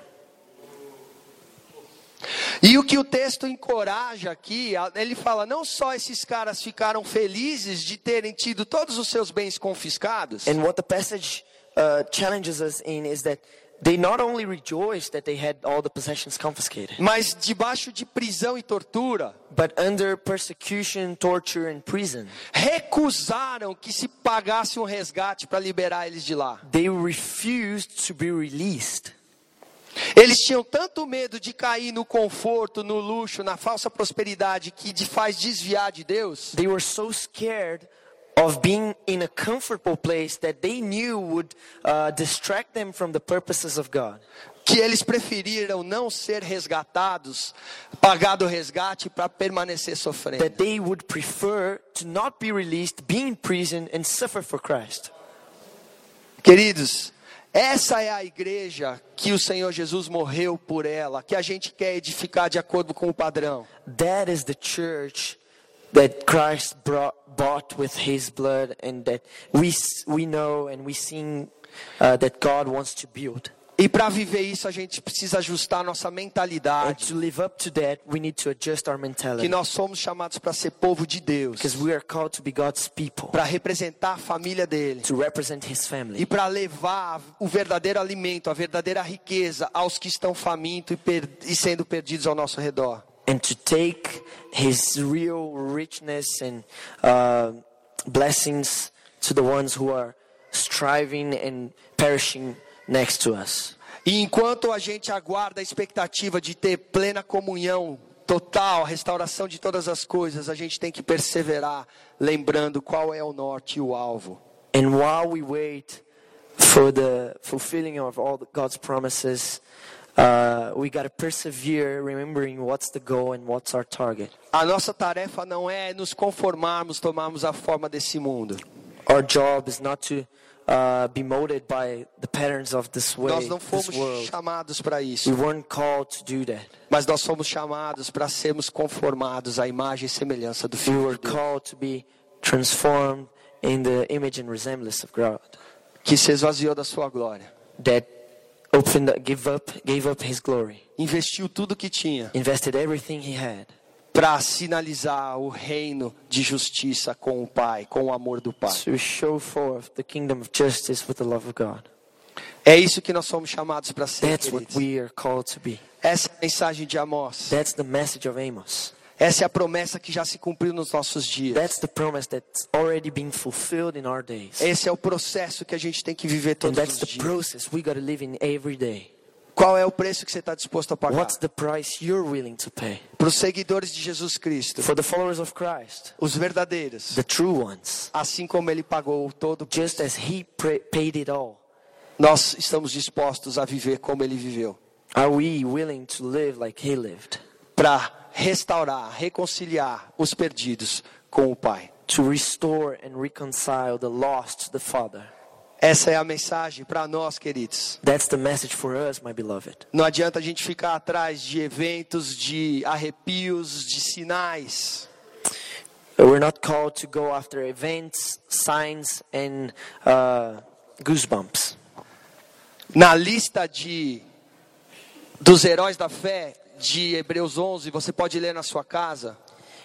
Speaker 3: E o que o texto encoraja aqui, a- ele fala: não só esses caras ficaram felizes de terem tido todos os seus bens confiscados,
Speaker 4: And what the passage uh, challenges us in is that They not only rejoiced that they had all the possessions confiscated,
Speaker 3: mas debaixo de prisão e tortura,
Speaker 4: but under persecution, torture, and prison,
Speaker 3: recusaram que se pagasse um resgate para liberar eles de lá.
Speaker 4: they refused to be released.
Speaker 3: Eles tinham tanto medo de cair no conforto, no luxo, na falsa prosperidade que de faz desviar de Deus,
Speaker 4: They were so scared of being in a comfortable place that they knew would uh, distract them from the purposes of God.
Speaker 3: que eles preferiram não ser resgatados, pagar o resgate para permanecer sofrendo.
Speaker 4: That they would prefer to not be released, be in prison, and suffer for Christ.
Speaker 3: Queridos, essa é a igreja que o Senhor Jesus morreu por ela, que a gente quer edificar de acordo com o padrão.
Speaker 4: That is the church that Christ brought, bought with His blood, and that we s- we know and we sing uh, that God wants to build.
Speaker 3: E para viver isso, a gente precisa ajustar nossa
Speaker 4: And
Speaker 3: mentalidade,
Speaker 4: to live up to that, we need to adjust our
Speaker 3: que
Speaker 4: mentality
Speaker 3: nós somos chamados para ser povo de Deus,
Speaker 4: because we are called to be God's people
Speaker 3: para representar a família dele.
Speaker 4: to represent His
Speaker 3: e
Speaker 4: family
Speaker 3: para levar o verdadeiro alimento, a verdadeira riqueza aos que estão famintos e, per- e sendo perdidos ao nosso redor.
Speaker 4: and to take His real richness and uh, blessings to the ones who are striving and perishing next to us.
Speaker 3: E enquanto a gente aguarda a expectativa de ter plena comunhão total, restauração de todas as coisas, a gente tem que perseverar, lembrando qual é o norte e o alvo.
Speaker 4: And while we wait for the fulfilling of all the- God's promises, uh, we got to persevere, remembering what's the goal and what's our target.
Speaker 3: A nossa tarefa não é nos conformarmos, tomarmos a forma desse mundo.
Speaker 4: Our job is not to uh, be molded by the patterns of this way,
Speaker 3: Nós não
Speaker 4: this
Speaker 3: fomos
Speaker 4: world.
Speaker 3: chamados para
Speaker 4: We
Speaker 3: isso,
Speaker 4: weren't called to do that.
Speaker 3: mas nós fomos chamados para sermos conformados à imagem e semelhança do
Speaker 4: We
Speaker 3: Filho
Speaker 4: were
Speaker 3: de Deus.
Speaker 4: called to be transformed in the image and resemblance of God.
Speaker 3: que se esvaziou da sua glória,
Speaker 4: That opened, up- give up, gave up His glory,
Speaker 3: investiu tudo que tinha
Speaker 4: invested everything He had.
Speaker 3: para sinalizar o reino de justiça com o Pai, com o amor do Pai.
Speaker 4: to show forth the kingdom of justice with the love of God.
Speaker 3: É isso que nós somos chamados para ser.
Speaker 4: That's what
Speaker 3: queridos.
Speaker 4: we are called to be.
Speaker 3: Essa é a mensagem de Amós.
Speaker 4: That's the message of Amos.
Speaker 3: Essa é a promessa que já se cumpriu nos nossos dias.
Speaker 4: That's the promise that's already been fulfilled in our days.
Speaker 3: Esse é o processo que a gente tem que viver
Speaker 4: And
Speaker 3: todos
Speaker 4: that's
Speaker 3: os
Speaker 4: the
Speaker 3: dias.
Speaker 4: process we got to live in every day.
Speaker 3: Qual é o preço que você está disposto a pagar?
Speaker 4: What's the price you're willing to pay
Speaker 3: Para os seguidores de Jesus Cristo,
Speaker 4: for the followers of Christ,
Speaker 3: os verdadeiros,
Speaker 4: the true ones?
Speaker 3: assim como Ele pagou todo, o preço,
Speaker 4: Just as He pra- paid it all,
Speaker 3: nós estamos dispostos a viver como Ele viveu.
Speaker 4: are we willing to live like He lived?
Speaker 3: para restaurar, reconciliar os perdidos com o Pai.
Speaker 4: To restore and reconcile the lost to the Father.
Speaker 3: Essa é a mensagem para nós, queridos.
Speaker 4: That's the message for us, my beloved.
Speaker 3: Não adianta a gente ficar atrás de eventos, de arrepios, de sinais.
Speaker 4: But We're not called to go after events, signs, and uh, goosebumps.
Speaker 3: Na lista de dos heróis da fé de Hebreus 11, você pode ler na sua casa.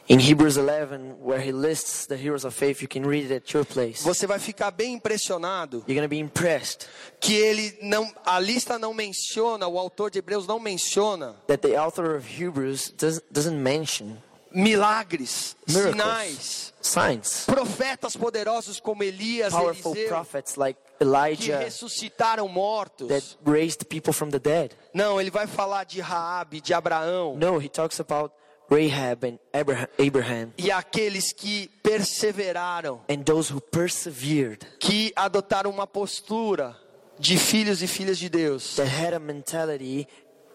Speaker 4: In Hebrews 11, where he lists the heroes of faith, you can read it at your place.
Speaker 3: Você vai ficar bem impressionado
Speaker 4: You're going to be impressed
Speaker 3: que ele não, a lista não menciona, o autor de Hebreus não menciona
Speaker 4: that the author of Hebrews does, doesn't mention
Speaker 3: milagres,
Speaker 4: miracles,
Speaker 3: sinais.
Speaker 4: signs,
Speaker 3: profetas poderosos como Elias,
Speaker 4: powerful
Speaker 3: Eliseu,
Speaker 4: prophets like
Speaker 3: que
Speaker 4: Elijah
Speaker 3: ressuscitaram
Speaker 4: that
Speaker 3: mortos.
Speaker 4: raised people from the dead.
Speaker 3: Não, ele vai falar de Raabe, de Abraão
Speaker 4: No, he talks about Rahab and Abraham, Abraham
Speaker 3: e aqueles que perseveraram,
Speaker 4: and those who persevered,
Speaker 3: que adotaram uma postura de filhos e filhas de Deus
Speaker 4: that had a mentality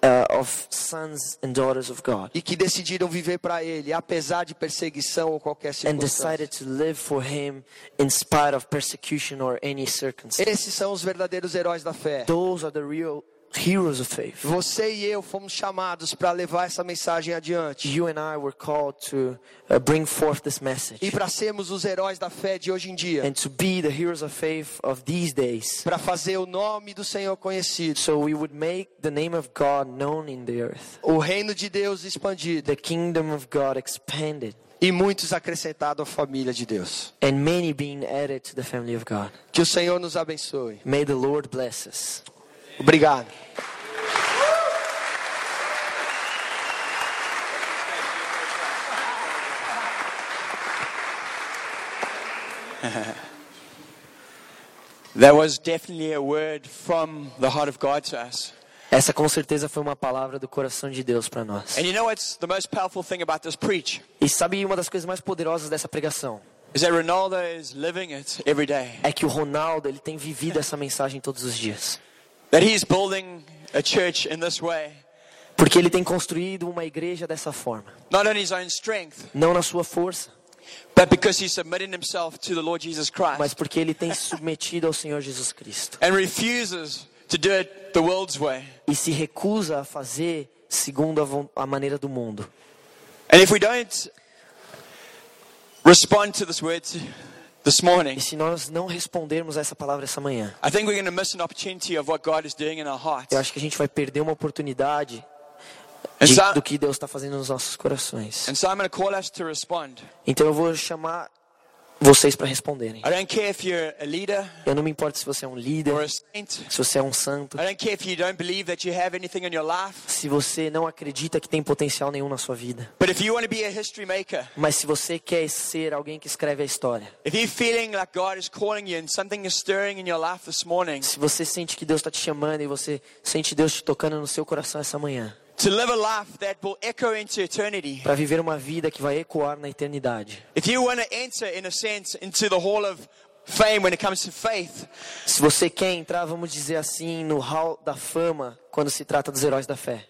Speaker 4: uh, of sons and daughters of God.
Speaker 3: e que decidiram viver para ele, apesar de perseguição ou qualquer
Speaker 4: and
Speaker 3: circunstância.
Speaker 4: decided to live for him in spite of persecution or any circumstance.
Speaker 3: Esses são os verdadeiros heróis da fé.
Speaker 4: Those are the real heroes of faith.
Speaker 3: Você e eu fomos chamados para levar essa mensagem adiante
Speaker 4: You and I were called to uh, bring forth this
Speaker 3: e
Speaker 4: message
Speaker 3: para sermos os heróis da fé de hoje em dia.
Speaker 4: and to be the heroes of faith of these days
Speaker 3: para fazer o nome do Senhor conhecido,
Speaker 4: so we would make the name of God known in the earth,
Speaker 3: o reino de Deus expandido
Speaker 4: the kingdom of God expanded,
Speaker 3: e muitos acrescentados à família de Deus.
Speaker 4: and many being added to the family of God.
Speaker 3: Que o Senhor nos abençoe.
Speaker 4: May the Lord bless us.
Speaker 3: Obrigado.
Speaker 1: That was definitely a word from the heart of God to us.
Speaker 4: Essa com certeza foi uma palavra do coração de Deus para nós.
Speaker 1: And you know what's the most powerful thing about this preach?
Speaker 4: E sabe uma das coisas mais poderosas dessa pregação?
Speaker 1: Is that Ronaldo is living it every day.
Speaker 4: É que o Ronaldo, ele tem vivido essa mensagem todos os dias.
Speaker 1: That he's building a church in this way.
Speaker 4: Porque ele tem construído uma igreja dessa forma,
Speaker 1: Not on his own strength,
Speaker 4: não na sua força,
Speaker 1: but because he's submitting himself to the Lord Jesus
Speaker 4: mas
Speaker 1: Christ
Speaker 4: porque ele tem se submetido ao Senhor Jesus Cristo
Speaker 1: and refuses to do it the world's way.
Speaker 4: e se recusa a fazer segundo a, von- a maneira do mundo.
Speaker 1: And if we don't respond to this word t- this morning,
Speaker 4: E se nós não respondermos a essa palavra essa manhã,
Speaker 1: I think we're going to miss an opportunity of what God is doing in our hearts.
Speaker 4: eu acho que a gente vai perder uma oportunidade
Speaker 1: And
Speaker 4: de-
Speaker 1: so,
Speaker 4: do que Deus está fazendo nos nossos corações.
Speaker 1: and so I'm going to call us to respond.
Speaker 4: Então eu vou chamar vocês para responderem.
Speaker 1: I don't care if you're a leader
Speaker 4: Eu não me importo se você é um
Speaker 1: or
Speaker 4: líder,
Speaker 1: a saint.
Speaker 4: se você é um santo,
Speaker 1: I don't care if you don't believe that you have anything in your life.
Speaker 4: se você não acredita que tem potencial nenhum na sua vida.
Speaker 1: But if you want to be a history maker,
Speaker 4: Mas se você quer ser alguém que escreve a história,
Speaker 1: if you're feeling like God is calling you and something is stirring in your life this morning,
Speaker 4: se você sente que Deus está te chamando e você sente Deus te tocando no seu coração essa manhã,
Speaker 1: to live a life that will echo into eternity,
Speaker 4: para viver uma vida que vai ecoar na eternidade.
Speaker 1: if you want to enter, in a sense, into the hall of fame when it comes to faith,
Speaker 4: Se você quer entrar, vamos dizer assim, no hall da fama quando se trata dos heróis da fé,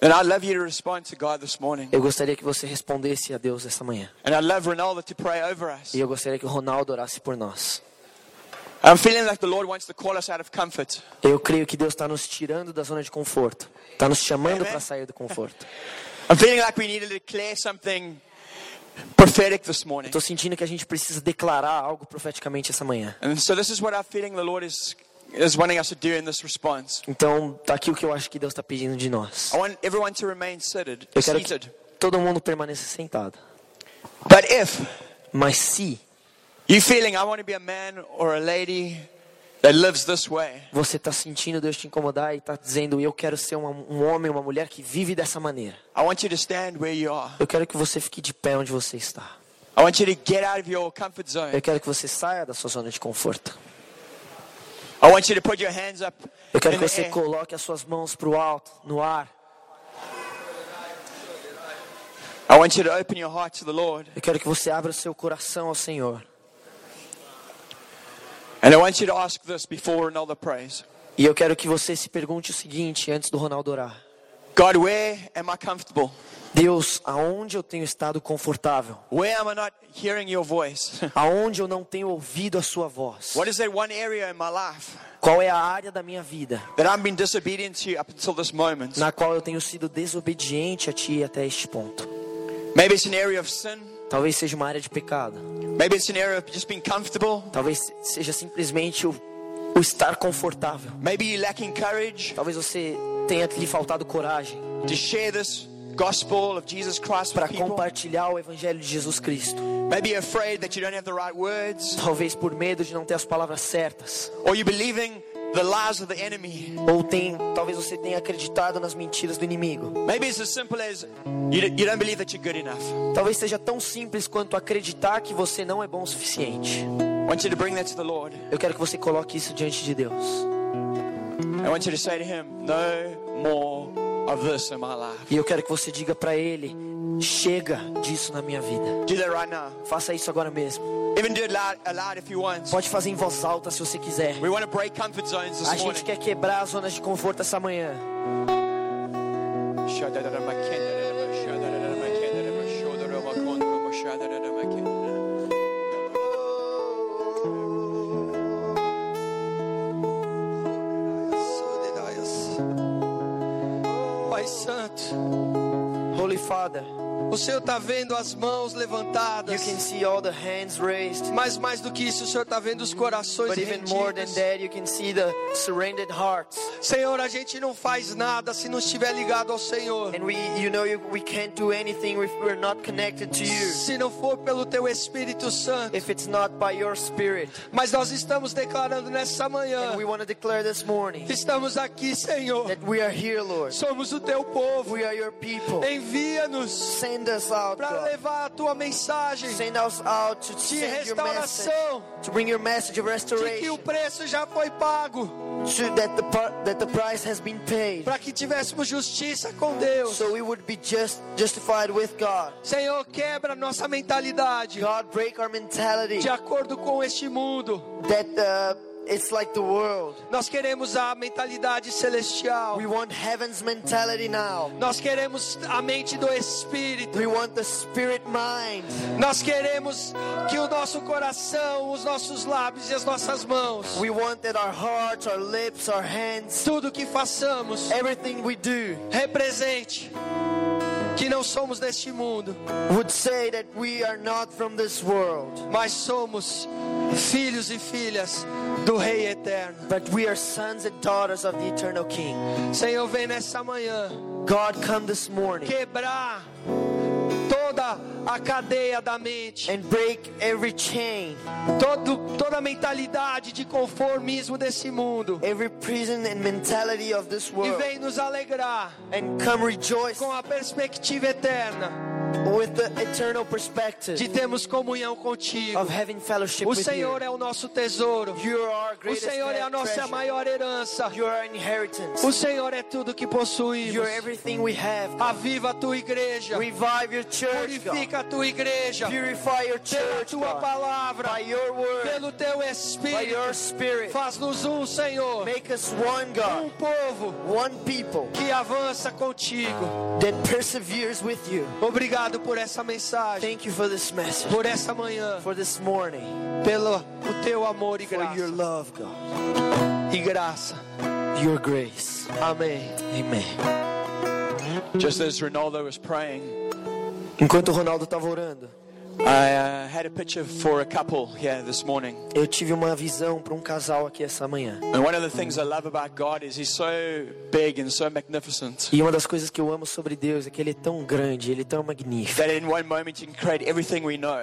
Speaker 1: then I'd love you to respond to God this morning.
Speaker 4: eu gostaria que você respondesse a Deus essa manhã.
Speaker 1: And I'd love Ronaldo to pray over us.
Speaker 4: E eu gostaria que o Ronaldo orasse por nós.
Speaker 1: I'm feeling like the Lord wants to call us out of comfort.
Speaker 4: Eu creio que Deus está nos tirando da zona de conforto, está nos chamando
Speaker 1: Amém.
Speaker 4: para sair do conforto.
Speaker 1: I'm feeling like we need to declare something prophetic this morning.
Speaker 4: Estou sentindo que a gente precisa declarar algo profeticamente essa manhã.
Speaker 1: And so this is what I'm feeling the Lord is, is wanting us to do in this response.
Speaker 4: Então, tá aqui o que eu acho que Deus está pedindo de nós.
Speaker 1: I want everyone to remain seated.
Speaker 4: Eu quero que
Speaker 1: seated.
Speaker 4: todo mundo permaneça sentado.
Speaker 1: But if
Speaker 4: Mas se
Speaker 1: you're feeling, I want to be a man or a lady that lives this way,
Speaker 4: você está sentindo Deus te incomodar e está dizendo eu quero ser uma- um homem, uma mulher que vive dessa maneira,
Speaker 1: I want you to stand where you are.
Speaker 4: eu quero que você fique de pé onde você está.
Speaker 1: I want you to get out of your comfort
Speaker 4: Eu
Speaker 1: zone.
Speaker 4: quero que você saia da sua zona de conforto.
Speaker 1: I want you to put your hands up.
Speaker 4: Eu quero
Speaker 1: in
Speaker 4: que
Speaker 1: the
Speaker 4: você
Speaker 1: air.
Speaker 4: coloque as suas mãos para o alto, no ar.
Speaker 1: I want you to open your heart to the Lord.
Speaker 4: Eu quero que você abra o seu coração ao Senhor.
Speaker 1: And I want you to ask this before another praise.
Speaker 4: E eu quero que você se pergunte o seguinte antes do Ronaldo orar.
Speaker 1: God, where am I comfortable?
Speaker 4: Deus, aonde eu tenho estado confortável?
Speaker 1: Where am I not hearing your voice?
Speaker 4: Aonde eu não tenho ouvido a sua voz?
Speaker 1: What is that one area in my life
Speaker 4: Qual é a área da minha vida
Speaker 1: that I've been disobedient to up until this moment?
Speaker 4: na qual eu tenho sido desobediente a ti até este ponto?
Speaker 1: Maybe it's an area of sin.
Speaker 4: Talvez seja uma área de pecado.
Speaker 1: Maybe it's an area of just being comfortable.
Speaker 4: Talvez seja simplesmente o, o estar confortável.
Speaker 1: Maybe you're lacking courage
Speaker 4: Talvez você tenha lhe faltado coragem
Speaker 1: to share this gospel of Jesus Christ
Speaker 4: para
Speaker 1: with people.
Speaker 4: compartilhar o evangelho de Jesus Cristo.
Speaker 1: Maybe you're afraid that you don't have the right words,
Speaker 4: Talvez por medo de não ter as palavras certas.
Speaker 1: or you're believing the lies of the enemy.
Speaker 4: Ou tem, talvez você tenha acreditado nas mentiras do inimigo.
Speaker 1: Maybe it's as simple as you, you don't believe that you're good enough.
Speaker 4: Talvez seja tão simples quanto acreditar que você não é bom o suficiente.
Speaker 1: I want you to bring that to the Lord.
Speaker 4: Eu quero que você coloque isso diante de Deus.
Speaker 1: I want you to say to Him, No more of this in my life.
Speaker 4: E eu quero que você diga para ele: chega disso na minha vida.
Speaker 1: Do that right now.
Speaker 4: Faça isso agora mesmo.
Speaker 1: Even do it loud, aloud if you want.
Speaker 4: Pode fazer em voz alta se você quiser.
Speaker 1: We want to break comfort zones this
Speaker 4: A gente
Speaker 1: morning.
Speaker 4: quer quebrar as zonas de conforto essa manhã.
Speaker 3: Pai Santo,
Speaker 4: Holy Father,
Speaker 3: O Senhor está vendo as mãos
Speaker 4: You
Speaker 3: levantadas.
Speaker 4: can see all the hands raised.
Speaker 3: Mas mais do que isso, o Senhor está vendo os corações
Speaker 4: But even more than
Speaker 3: rendidos.
Speaker 4: that, you can see the surrendered hearts.
Speaker 3: Senhor, a gente não faz nada se não estiver ligado ao Senhor.
Speaker 4: And we, you know, you, we can't do anything if we're not connected to you.
Speaker 3: Se não for pelo teu Espírito Santo.
Speaker 4: If it's not by your spirit.
Speaker 3: Mas nós estamos declarando nessa manhã.
Speaker 4: And we want to declare this morning
Speaker 3: Estamos aqui, Senhor.
Speaker 4: that we are here, Lord.
Speaker 3: Somos o teu povo.
Speaker 4: We are your people.
Speaker 3: Envia-nos
Speaker 4: Send us out,
Speaker 3: para
Speaker 4: God.
Speaker 3: levar a tua mensagem
Speaker 4: Send us out to
Speaker 3: de
Speaker 4: send your message.
Speaker 3: restauração.
Speaker 4: To bring your message of
Speaker 3: De que
Speaker 4: restoration.
Speaker 3: o preço já foi pago.
Speaker 4: To, that, the, par- that the price has been paid.
Speaker 3: Para que tivéssemos justiça com Deus.
Speaker 4: So we would be just justified with God.
Speaker 3: Senhor, quebra nossa mentalidade.
Speaker 4: God, break our mentality
Speaker 3: De acordo com este mundo.
Speaker 4: that uh, it's like the world.
Speaker 3: Nós queremos a mentalidade celestial.
Speaker 4: We want heaven's mentality now.
Speaker 3: Nós queremos a mente do Espírito.
Speaker 4: We want the spirit mind.
Speaker 3: Nós queremos que o nosso coração, os nossos lábios e as nossas mãos,
Speaker 4: We want that our hearts, our lips, our hands,
Speaker 3: tudo que façamos,
Speaker 4: everything we do
Speaker 3: represente que não somos deste mundo,
Speaker 4: would say that we are not from this world,
Speaker 3: mas somos filhos e filhas do Rei Eterno.
Speaker 4: but we are sons and daughters of the eternal King.
Speaker 3: Senhor, vem nessa manhã
Speaker 4: God, come this morning
Speaker 3: quebrar toda a cadeia da mente,
Speaker 4: and break every chain,
Speaker 3: todo, toda a mentalidade de conformismo desse mundo.
Speaker 4: every prison and mentality of this
Speaker 3: E
Speaker 4: world,
Speaker 3: vem nos alegrar
Speaker 4: and come rejoice
Speaker 3: com a perspectiva eterna
Speaker 4: with the eternal
Speaker 3: de
Speaker 4: perspective
Speaker 3: termos comunhão contigo.
Speaker 4: of having fellowship
Speaker 3: O
Speaker 4: with you.
Speaker 3: Senhor é o nosso tesouro.
Speaker 4: You are our
Speaker 3: O
Speaker 4: greatest
Speaker 3: Senhor é a nossa
Speaker 4: treasure.
Speaker 3: maior herança.
Speaker 4: You are our inheritance.
Speaker 3: O Senhor é tudo que
Speaker 4: You
Speaker 3: possuímos.
Speaker 4: are everything we have.
Speaker 3: Aviva a tua igreja.
Speaker 4: Revive your church, God.
Speaker 3: Purifica a tua igreja.
Speaker 4: Purify your
Speaker 3: Pela
Speaker 4: church,
Speaker 3: tua
Speaker 4: God.
Speaker 3: palavra.
Speaker 4: By your word,
Speaker 3: Pelo teu
Speaker 4: by your
Speaker 3: Espírito.
Speaker 4: spirit.
Speaker 3: Faz-nos um, Senhor.
Speaker 4: Make us one,
Speaker 3: Um
Speaker 4: God.
Speaker 3: povo
Speaker 4: One people
Speaker 3: que avança contigo.
Speaker 4: that perseveres with you.
Speaker 3: Obrigado por essa mensagem.
Speaker 4: Thank you for this message,
Speaker 3: Por essa manhã.
Speaker 4: for this morning,
Speaker 3: Pelo o teu amor e
Speaker 4: for your
Speaker 3: graça.
Speaker 4: love, God.
Speaker 3: E graça.
Speaker 4: Your grace.
Speaker 3: Amém.
Speaker 4: Amém.
Speaker 1: Just as Ronaldo was praying,
Speaker 4: Enquanto o Ronaldo estava orando,
Speaker 1: I uh, had a picture for a couple here this morning.
Speaker 4: eu tive uma visão para um casal aqui essa manhã.
Speaker 1: And one of the things I love about God is He's so big and so magnificent
Speaker 4: E uma das coisas que eu amo sobre Deus é que Ele é tão grande, Ele é tão magnífico,
Speaker 1: that in one moment He can create everything we know.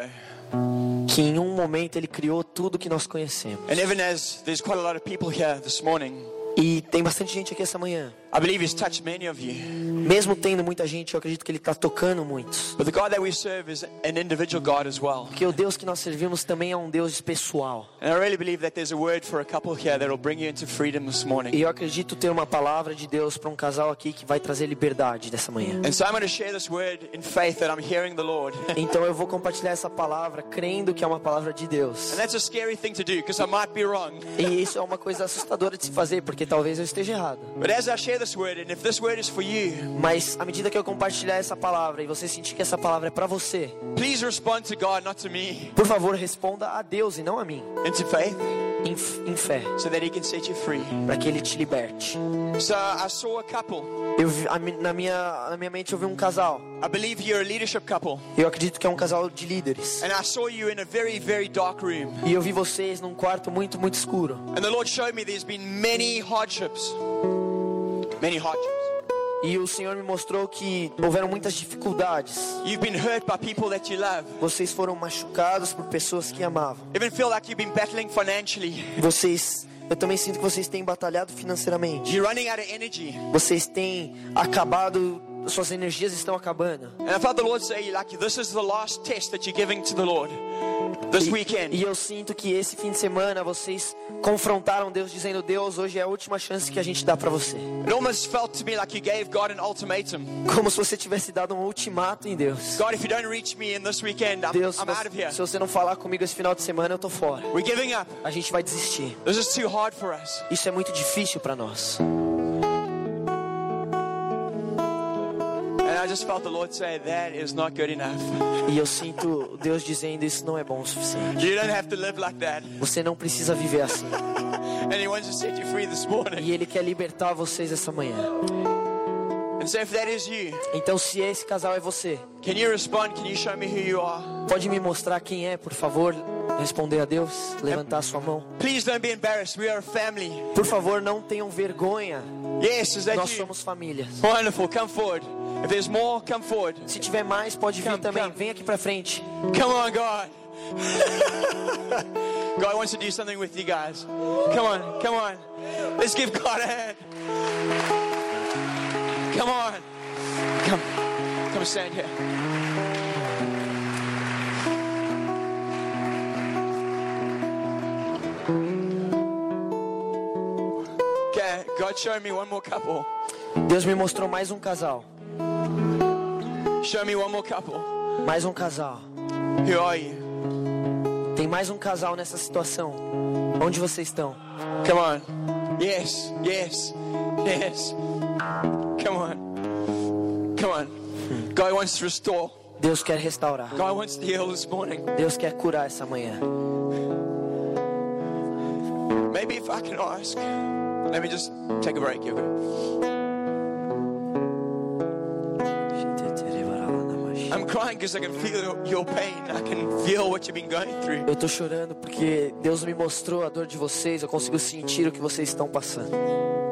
Speaker 4: que em um momento Ele criou tudo que nós conhecemos.
Speaker 1: And even as there's quite a lot of people here this morning,
Speaker 4: E tem bastante gente aqui essa manhã.
Speaker 1: I believe He's touched many of you.
Speaker 4: Mesmo tendo muita gente, eu acredito que Ele está tocando muitos.
Speaker 1: But the God that we serve is an individual God as well.
Speaker 4: Porque o Deus que nós servimos também é um Deus pessoal.
Speaker 1: And I really believe that there's a word for a couple here that will bring you into freedom this
Speaker 4: E
Speaker 1: morning.
Speaker 4: eu acredito ter uma palavra de Deus para um casal aqui que vai trazer liberdade nessa manhã.
Speaker 1: And so I'm going to share this word in faith that I'm hearing the Lord. and
Speaker 4: Então eu vou compartilhar essa palavra crendo que é uma palavra de Deus.
Speaker 1: that's a scary thing to do because I might be wrong.
Speaker 4: E isso é uma coisa assustadora de se fazer, porque talvez eu esteja errado.
Speaker 1: But as I share this word, and if this word is for you,
Speaker 4: Mas à medida que eu compartilhar essa palavra e você sentir que essa palavra é para você,
Speaker 1: please respond to God, not to me,
Speaker 4: por favor, responda a Deus e não a mim,
Speaker 1: into faith
Speaker 4: em, f- em fé,
Speaker 1: so that He can set you free.
Speaker 4: para que ele te liberte.
Speaker 1: So I saw a couple.
Speaker 4: Eu vi- a mi- na, minha, na minha mente eu vi um casal.
Speaker 1: I believe you're a leadership couple.
Speaker 4: Eu acredito que é um casal de líderes.
Speaker 1: And I saw you in a very, very dark room.
Speaker 4: E eu vi vocês num quarto muito, muito escuro.
Speaker 1: And the Lord showed me there's been many hardships. Many hardships.
Speaker 4: E o Senhor me mostrou que houveram muitas dificuldades.
Speaker 1: You've been hurt by people that you love.
Speaker 4: Vocês foram machucados por pessoas que amavam.
Speaker 1: Even feel like you've been battling financially.
Speaker 4: Vocês, eu também sinto que vocês têm batalhado financeiramente.
Speaker 1: You're running out of energy.
Speaker 4: Vocês têm acabado, suas energias estão acabando.
Speaker 1: And I felt the Lord say, like, this is the last test that you're giving to the Lord this weekend.
Speaker 4: E eu sinto que esse fim de semana vocês confrontaram Deus dizendo: "Deus, hoje é a última chance que a gente dá para você".
Speaker 1: It almost felt to me like you gave God an ultimatum.
Speaker 4: Como se você tivesse dado um ultimato em Deus.
Speaker 1: God, if you don't reach me in this weekend, I'm,
Speaker 4: Deus,
Speaker 1: I'm out of here.
Speaker 4: se você não falar comigo esse final de semana, eu tô fora.
Speaker 1: We're giving up.
Speaker 4: A gente vai desistir.
Speaker 1: This is too hard for us.
Speaker 4: Isso é muito difícil para nós.
Speaker 1: And I just felt the Lord say, that is not good enough.
Speaker 4: E eu sinto Deus dizendo isso não é bom o suficiente.
Speaker 1: You don't have to live like that.
Speaker 4: Você não precisa viver assim.
Speaker 1: And He wants to set you free this
Speaker 4: E
Speaker 1: morning.
Speaker 4: ele quer libertar vocês essa manhã.
Speaker 1: And And so, if that is you,
Speaker 4: Então, se esse casal é você,
Speaker 1: can you respond? Can you show me who you are?
Speaker 4: pode me mostrar quem é, por favor? Responder a Deus, levantar a sua mão.
Speaker 1: Please don't be embarrassed. We are a family.
Speaker 4: Por favor, não tenham vergonha.
Speaker 1: Yes, is that
Speaker 4: Nós
Speaker 1: you?
Speaker 4: somos família.
Speaker 1: Wonderful. Come forward. If there's more, come forward.
Speaker 4: Se tiver mais, pode vir
Speaker 1: Come,
Speaker 4: também.
Speaker 1: come.
Speaker 4: Vem aqui pra frente.
Speaker 1: Come on, God. God wants to do something with you guys. Come on, come on. Let's give God a hand. Come on. Come. Come stand here. Okay, God show me one more couple.
Speaker 4: Deus me mostrou mais um casal.
Speaker 1: Show me one more couple.
Speaker 4: Mais um casal.
Speaker 1: Who are you?
Speaker 4: Tem mais um casal nessa situação. Onde vocês estão?
Speaker 1: Come on. Yes, yes, yes. Come on. Come on. God wants to restore.
Speaker 4: Deus quer restaurar.
Speaker 1: God wants to heal this morning.
Speaker 4: Deus quer curar essa manhã.
Speaker 1: Maybe if I can ask. Let me just take a break here. I'm crying because I can feel your pain. I can feel what you've been going through.
Speaker 4: Eu tô chorando porque Deus me mostrou a dor de vocês. Eu consigo sentir o que vocês estão passando.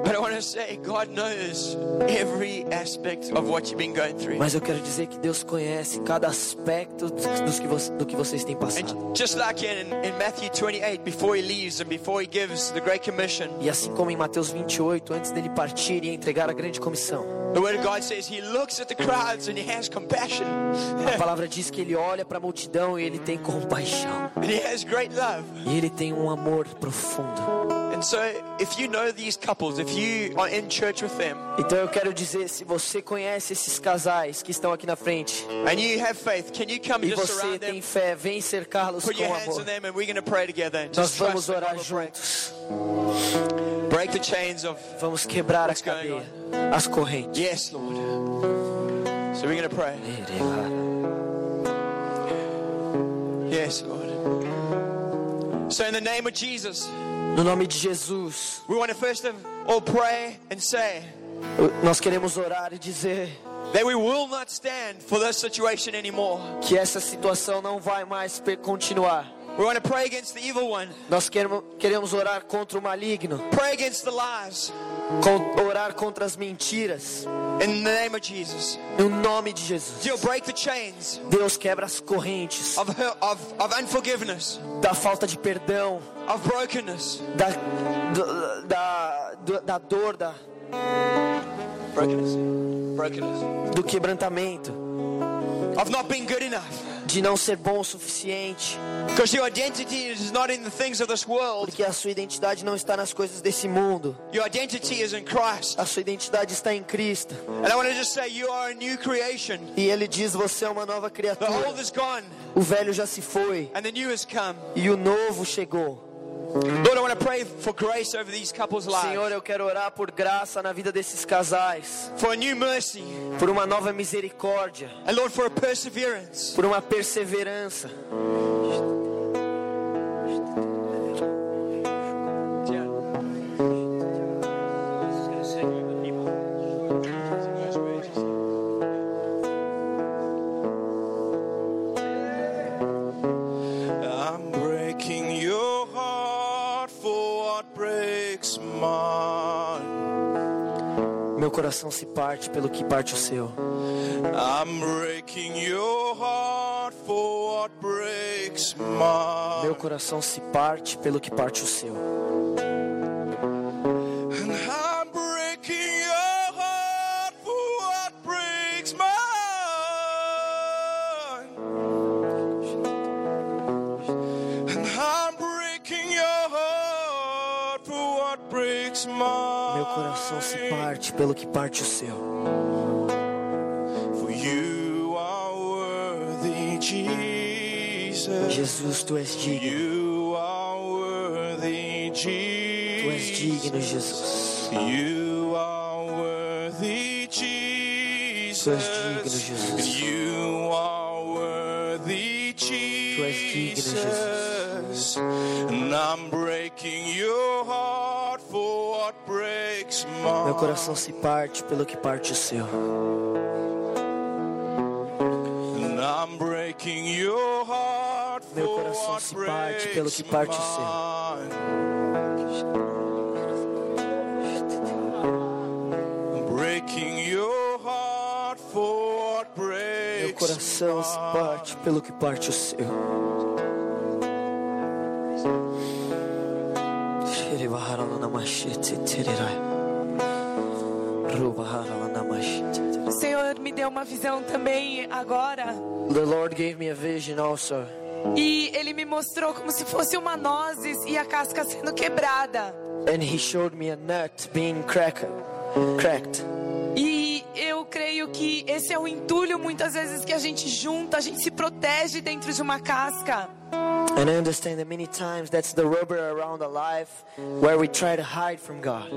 Speaker 1: But I want to say, God knows every aspect of what you've been going through.
Speaker 4: Mas eu quero dizer que Deus conhece cada aspecto dos que vo- do que vocês têm passado.
Speaker 1: And just like in, in Matthew 28, before he leaves and before he gives the Great Commission,
Speaker 4: E assim como em Mateus 28, antes dele partir e entregar a grande comissão,
Speaker 1: the Word of God says he looks at the crowds and he has compassion
Speaker 4: a palavra diz que ele olha para a multidão e ele tem compaixão.
Speaker 1: and he has great love.
Speaker 4: E ele tem um amor profundo.
Speaker 1: And so, if you know these couples, if you are in church with them
Speaker 4: Então eu quero dizer, se você conhece esses casais que estão aqui na frente
Speaker 1: and you have faith, can you come and
Speaker 4: e
Speaker 1: just
Speaker 4: você
Speaker 1: surround
Speaker 4: tem
Speaker 1: them?
Speaker 4: fé, vem cercá-los
Speaker 1: Put your
Speaker 4: com
Speaker 1: hands
Speaker 4: amor.
Speaker 1: on them and we're going to pray together. And
Speaker 4: Nós
Speaker 1: just
Speaker 4: vamos
Speaker 1: trust them.
Speaker 4: orar juntos.
Speaker 1: Break the chains of
Speaker 4: Vamos quebrar a
Speaker 1: What's going
Speaker 4: cadeia, as correntes.
Speaker 1: yes, Lord. So, we're going to pray. Yes, Lord. So, in the name of Jesus,
Speaker 4: No nome de Jesus,
Speaker 1: we want to first of all pray and say,
Speaker 4: eu- nós queremos orar e dizer
Speaker 1: that we will not stand for this situation anymore.
Speaker 4: que essa situação não vai mais pe- continuar.
Speaker 1: We want to pray against the evil one,
Speaker 4: Nós queremos, queremos orar contra o maligno,
Speaker 1: pray against the lies
Speaker 4: con- orar contra as mentiras,
Speaker 1: in the name of Jesus.
Speaker 4: no nome de Jesus.
Speaker 1: You'll break the chains
Speaker 4: Deus quebra as correntes
Speaker 1: of, hurt- of, of unforgiveness,
Speaker 4: da falta de perdão,
Speaker 1: of brokenness.
Speaker 4: da, do- da, do- da dor, da,
Speaker 1: Brokenness. Brokenness.
Speaker 4: do quebrantamento,
Speaker 1: Of not being good enough.
Speaker 4: de não ser bom o suficiente,
Speaker 1: Because your identity is not in the things of this world,
Speaker 4: porque a sua identidade não está nas coisas desse mundo,
Speaker 1: your identity is in Christ.
Speaker 4: a sua identidade está em Cristo.
Speaker 1: And I want to just say, you are a new creation.
Speaker 4: E Ele diz: Você é uma nova
Speaker 1: The old
Speaker 4: criatura.
Speaker 1: is gone
Speaker 4: O velho já se foi
Speaker 1: and the new has come.
Speaker 4: e o novo chegou.
Speaker 1: Lord, I want to pray for grace over these couples'
Speaker 4: Senhor,
Speaker 1: lives,
Speaker 4: eu quero orar por graça na vida desses casais,
Speaker 1: for a new mercy,
Speaker 4: por uma nova misericórdia,
Speaker 1: and Lord, for a perseverance.
Speaker 4: por uma perseverança.
Speaker 5: I'm breaking your heart for what breaks mine.
Speaker 4: Meu coração se parte pelo que parte o seu.
Speaker 5: I'm breaking your heart for what breaks
Speaker 4: Meu
Speaker 5: mine.
Speaker 4: coração se parte pelo que parte o seu.
Speaker 5: And I'm breaking your heart for what breaks mine. And I'm breaking your heart for what breaks mine.
Speaker 4: Meu coração se parte pelo que parte o seu.
Speaker 5: For you are worthy, Jesus.
Speaker 4: Jesus, tu és digno.
Speaker 5: You are worthy,
Speaker 4: Tu és digno, Jesus.
Speaker 5: Jesus. You are worthy,
Speaker 4: Tu és digno,
Speaker 5: Jesus.
Speaker 4: Jesus.
Speaker 5: You are worthy,
Speaker 4: és digno, Jesus.
Speaker 5: Jesus. And I'm breaking your heart for what what breaks my
Speaker 4: Meu coração se parte pelo que parte o seu.
Speaker 5: And I'm breaking your heart
Speaker 4: Meu
Speaker 5: for
Speaker 4: coração
Speaker 5: what
Speaker 4: se parte pelo
Speaker 5: breaks
Speaker 4: que parte o seu.
Speaker 5: mine. Breaking your heart for what breaks
Speaker 4: Meu coração se
Speaker 5: mine.
Speaker 4: parte pelo que parte o seu.
Speaker 6: O Senhor me deu uma visão também agora.
Speaker 4: The Lord gave me a vision also.
Speaker 6: E Ele me mostrou como se fosse uma nozes e a casca sendo quebrada.
Speaker 4: And he showed me a nut being cracked. cracked.
Speaker 6: E eu creio que esse é o entulho muitas vezes que a gente junta, a gente se protege dentro de uma casca.
Speaker 4: And I understand that many times that's the rubber around our life where we try to hide from God.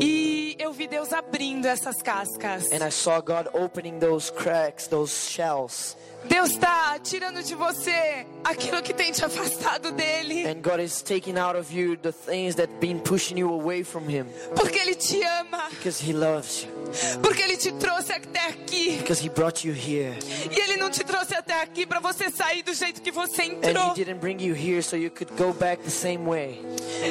Speaker 6: E eu vi Deus abrindo essas cascas.
Speaker 4: And I saw God opening those cracks, those shells.
Speaker 6: Deus está tirando de você aquilo que tem te afastado dele,
Speaker 4: And God is taking out of you the things that been pushing you away from Him.
Speaker 6: porque Ele te ama,
Speaker 4: Because He loves you.
Speaker 6: porque Ele te trouxe até aqui.
Speaker 4: Because He brought you here.
Speaker 6: E Ele não te trouxe até aqui para você sair do jeito que você
Speaker 4: And He
Speaker 6: entrou.
Speaker 4: didn't bring you here so you could go back the same way.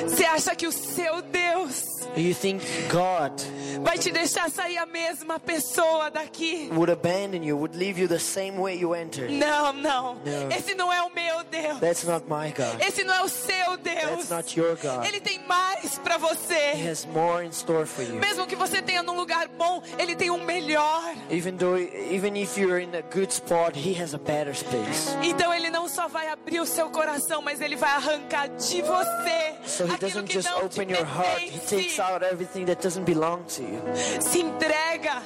Speaker 6: Você acha que o seu Deus
Speaker 4: You think God
Speaker 6: vai te deixar sair a mesma pessoa daqui?
Speaker 4: would abandon you, would leave you the same way you entered.
Speaker 6: Não, não.
Speaker 4: Não.
Speaker 6: Esse não é o meu Deus.
Speaker 4: That's not my God.
Speaker 6: Esse não é o seu Deus.
Speaker 4: That's not your God.
Speaker 6: Ele tem mais para
Speaker 4: He
Speaker 6: você.
Speaker 4: has more in store for you.
Speaker 6: Mesmo que você tenha num lugar bom, ele tem um melhor.
Speaker 4: Even though, even if you're in a good spot, He has a better space.
Speaker 6: Então ele não só vai abrir o seu coração, mas ele vai arrancar de você
Speaker 4: So He
Speaker 6: aquilo
Speaker 4: doesn't
Speaker 6: que
Speaker 4: just
Speaker 6: não te
Speaker 4: open your heart, He takes
Speaker 6: pertence.
Speaker 4: out everything that doesn't belong to you.
Speaker 6: Se entrega,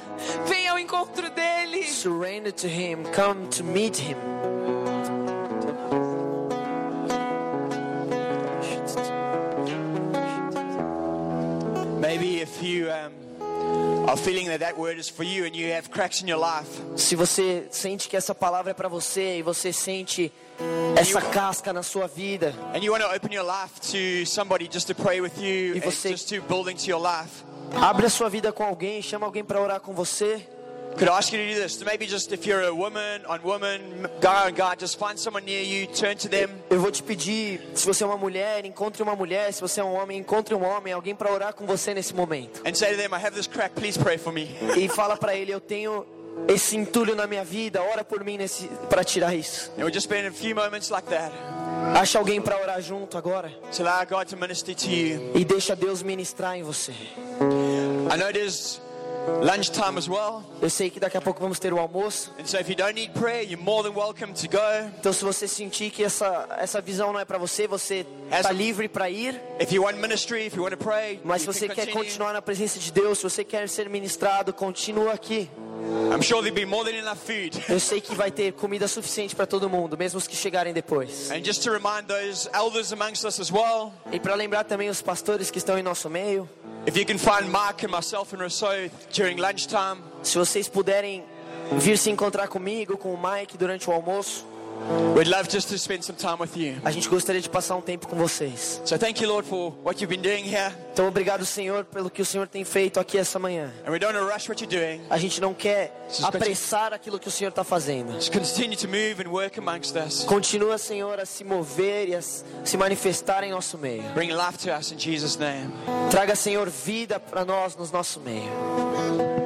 Speaker 6: vem ao encontro dele.
Speaker 4: Surrender to Him, come to meet Him.
Speaker 1: Maybe if you um, are feeling that that word is for you and you have cracks in your life,
Speaker 4: Se você sente que essa palavra é para você e você sente essa casca na sua vida
Speaker 1: and you want to open your life to somebody just to pray with you,
Speaker 4: E
Speaker 1: and
Speaker 4: você-
Speaker 1: just to build into your life,
Speaker 4: Abre a sua vida com alguém, chama alguém para orar com você.
Speaker 1: could I ask you to do this? So maybe just if you're a woman on woman, m- guy on guy, just find someone near you, turn to them,
Speaker 4: Eu vou te pedir, se você é uma mulher, encontre uma mulher, se você é um homem, encontre um homem, alguém para orar com você nesse momento.
Speaker 1: and say to them, I have this crack, please pray for me.
Speaker 4: E fala para ele, eu tenho esse entulho na minha vida, ora por mim nesse para tirar isso.
Speaker 1: And we'll just spend a few moments like that
Speaker 4: Acha alguém para orar junto agora
Speaker 1: to allow God to minister to you.
Speaker 4: e deixa Deus ministrar em você.
Speaker 1: I know it is lunchtime as well,
Speaker 4: Eu sei que daqui a pouco vamos ter o almoço,
Speaker 1: and so if you don't need prayer, you're more than welcome to go.
Speaker 4: então se você sentir que essa essa visão não é para você, você está
Speaker 1: Essa-
Speaker 4: livre para ir.
Speaker 1: If you want ministry, if you want to pray,
Speaker 4: Mas se
Speaker 1: you
Speaker 4: você
Speaker 1: can
Speaker 4: quer
Speaker 1: continue.
Speaker 4: continuar na presença de Deus, se você quer ser ministrado, continua aqui.
Speaker 1: I'm sure there'll be more than enough food.
Speaker 4: Eu sei que vai ter comida suficiente para todo mundo, mesmo os que chegarem depois.
Speaker 1: And just to remind those elders amongst us as well,
Speaker 4: E para lembrar também os pastores que estão em nosso meio,
Speaker 1: if you can find Mark and myself and Rousseau during lunchtime,
Speaker 4: se vocês puderem vir se encontrar comigo, com o Mike durante o almoço,
Speaker 1: we'd love just to spend some time with you.
Speaker 4: a gente gostaria de passar um tempo com vocês.
Speaker 1: So thank you, Lord, for what you've been doing here.
Speaker 4: Então obrigado, Senhor, pelo que o Senhor tem feito aqui essa manhã.
Speaker 1: And we don't want to rush what you're doing.
Speaker 4: A gente não quer
Speaker 1: Suspeite-
Speaker 4: apressar aquilo que o Senhor está fazendo.
Speaker 1: Just continue to move and work amongst us.
Speaker 4: Continua, Senhor, a se mover e a s- se manifestar em nosso meio.
Speaker 1: Bring life to us in Jesus' name.
Speaker 4: Traga, Senhor, vida para nós no nosso meio.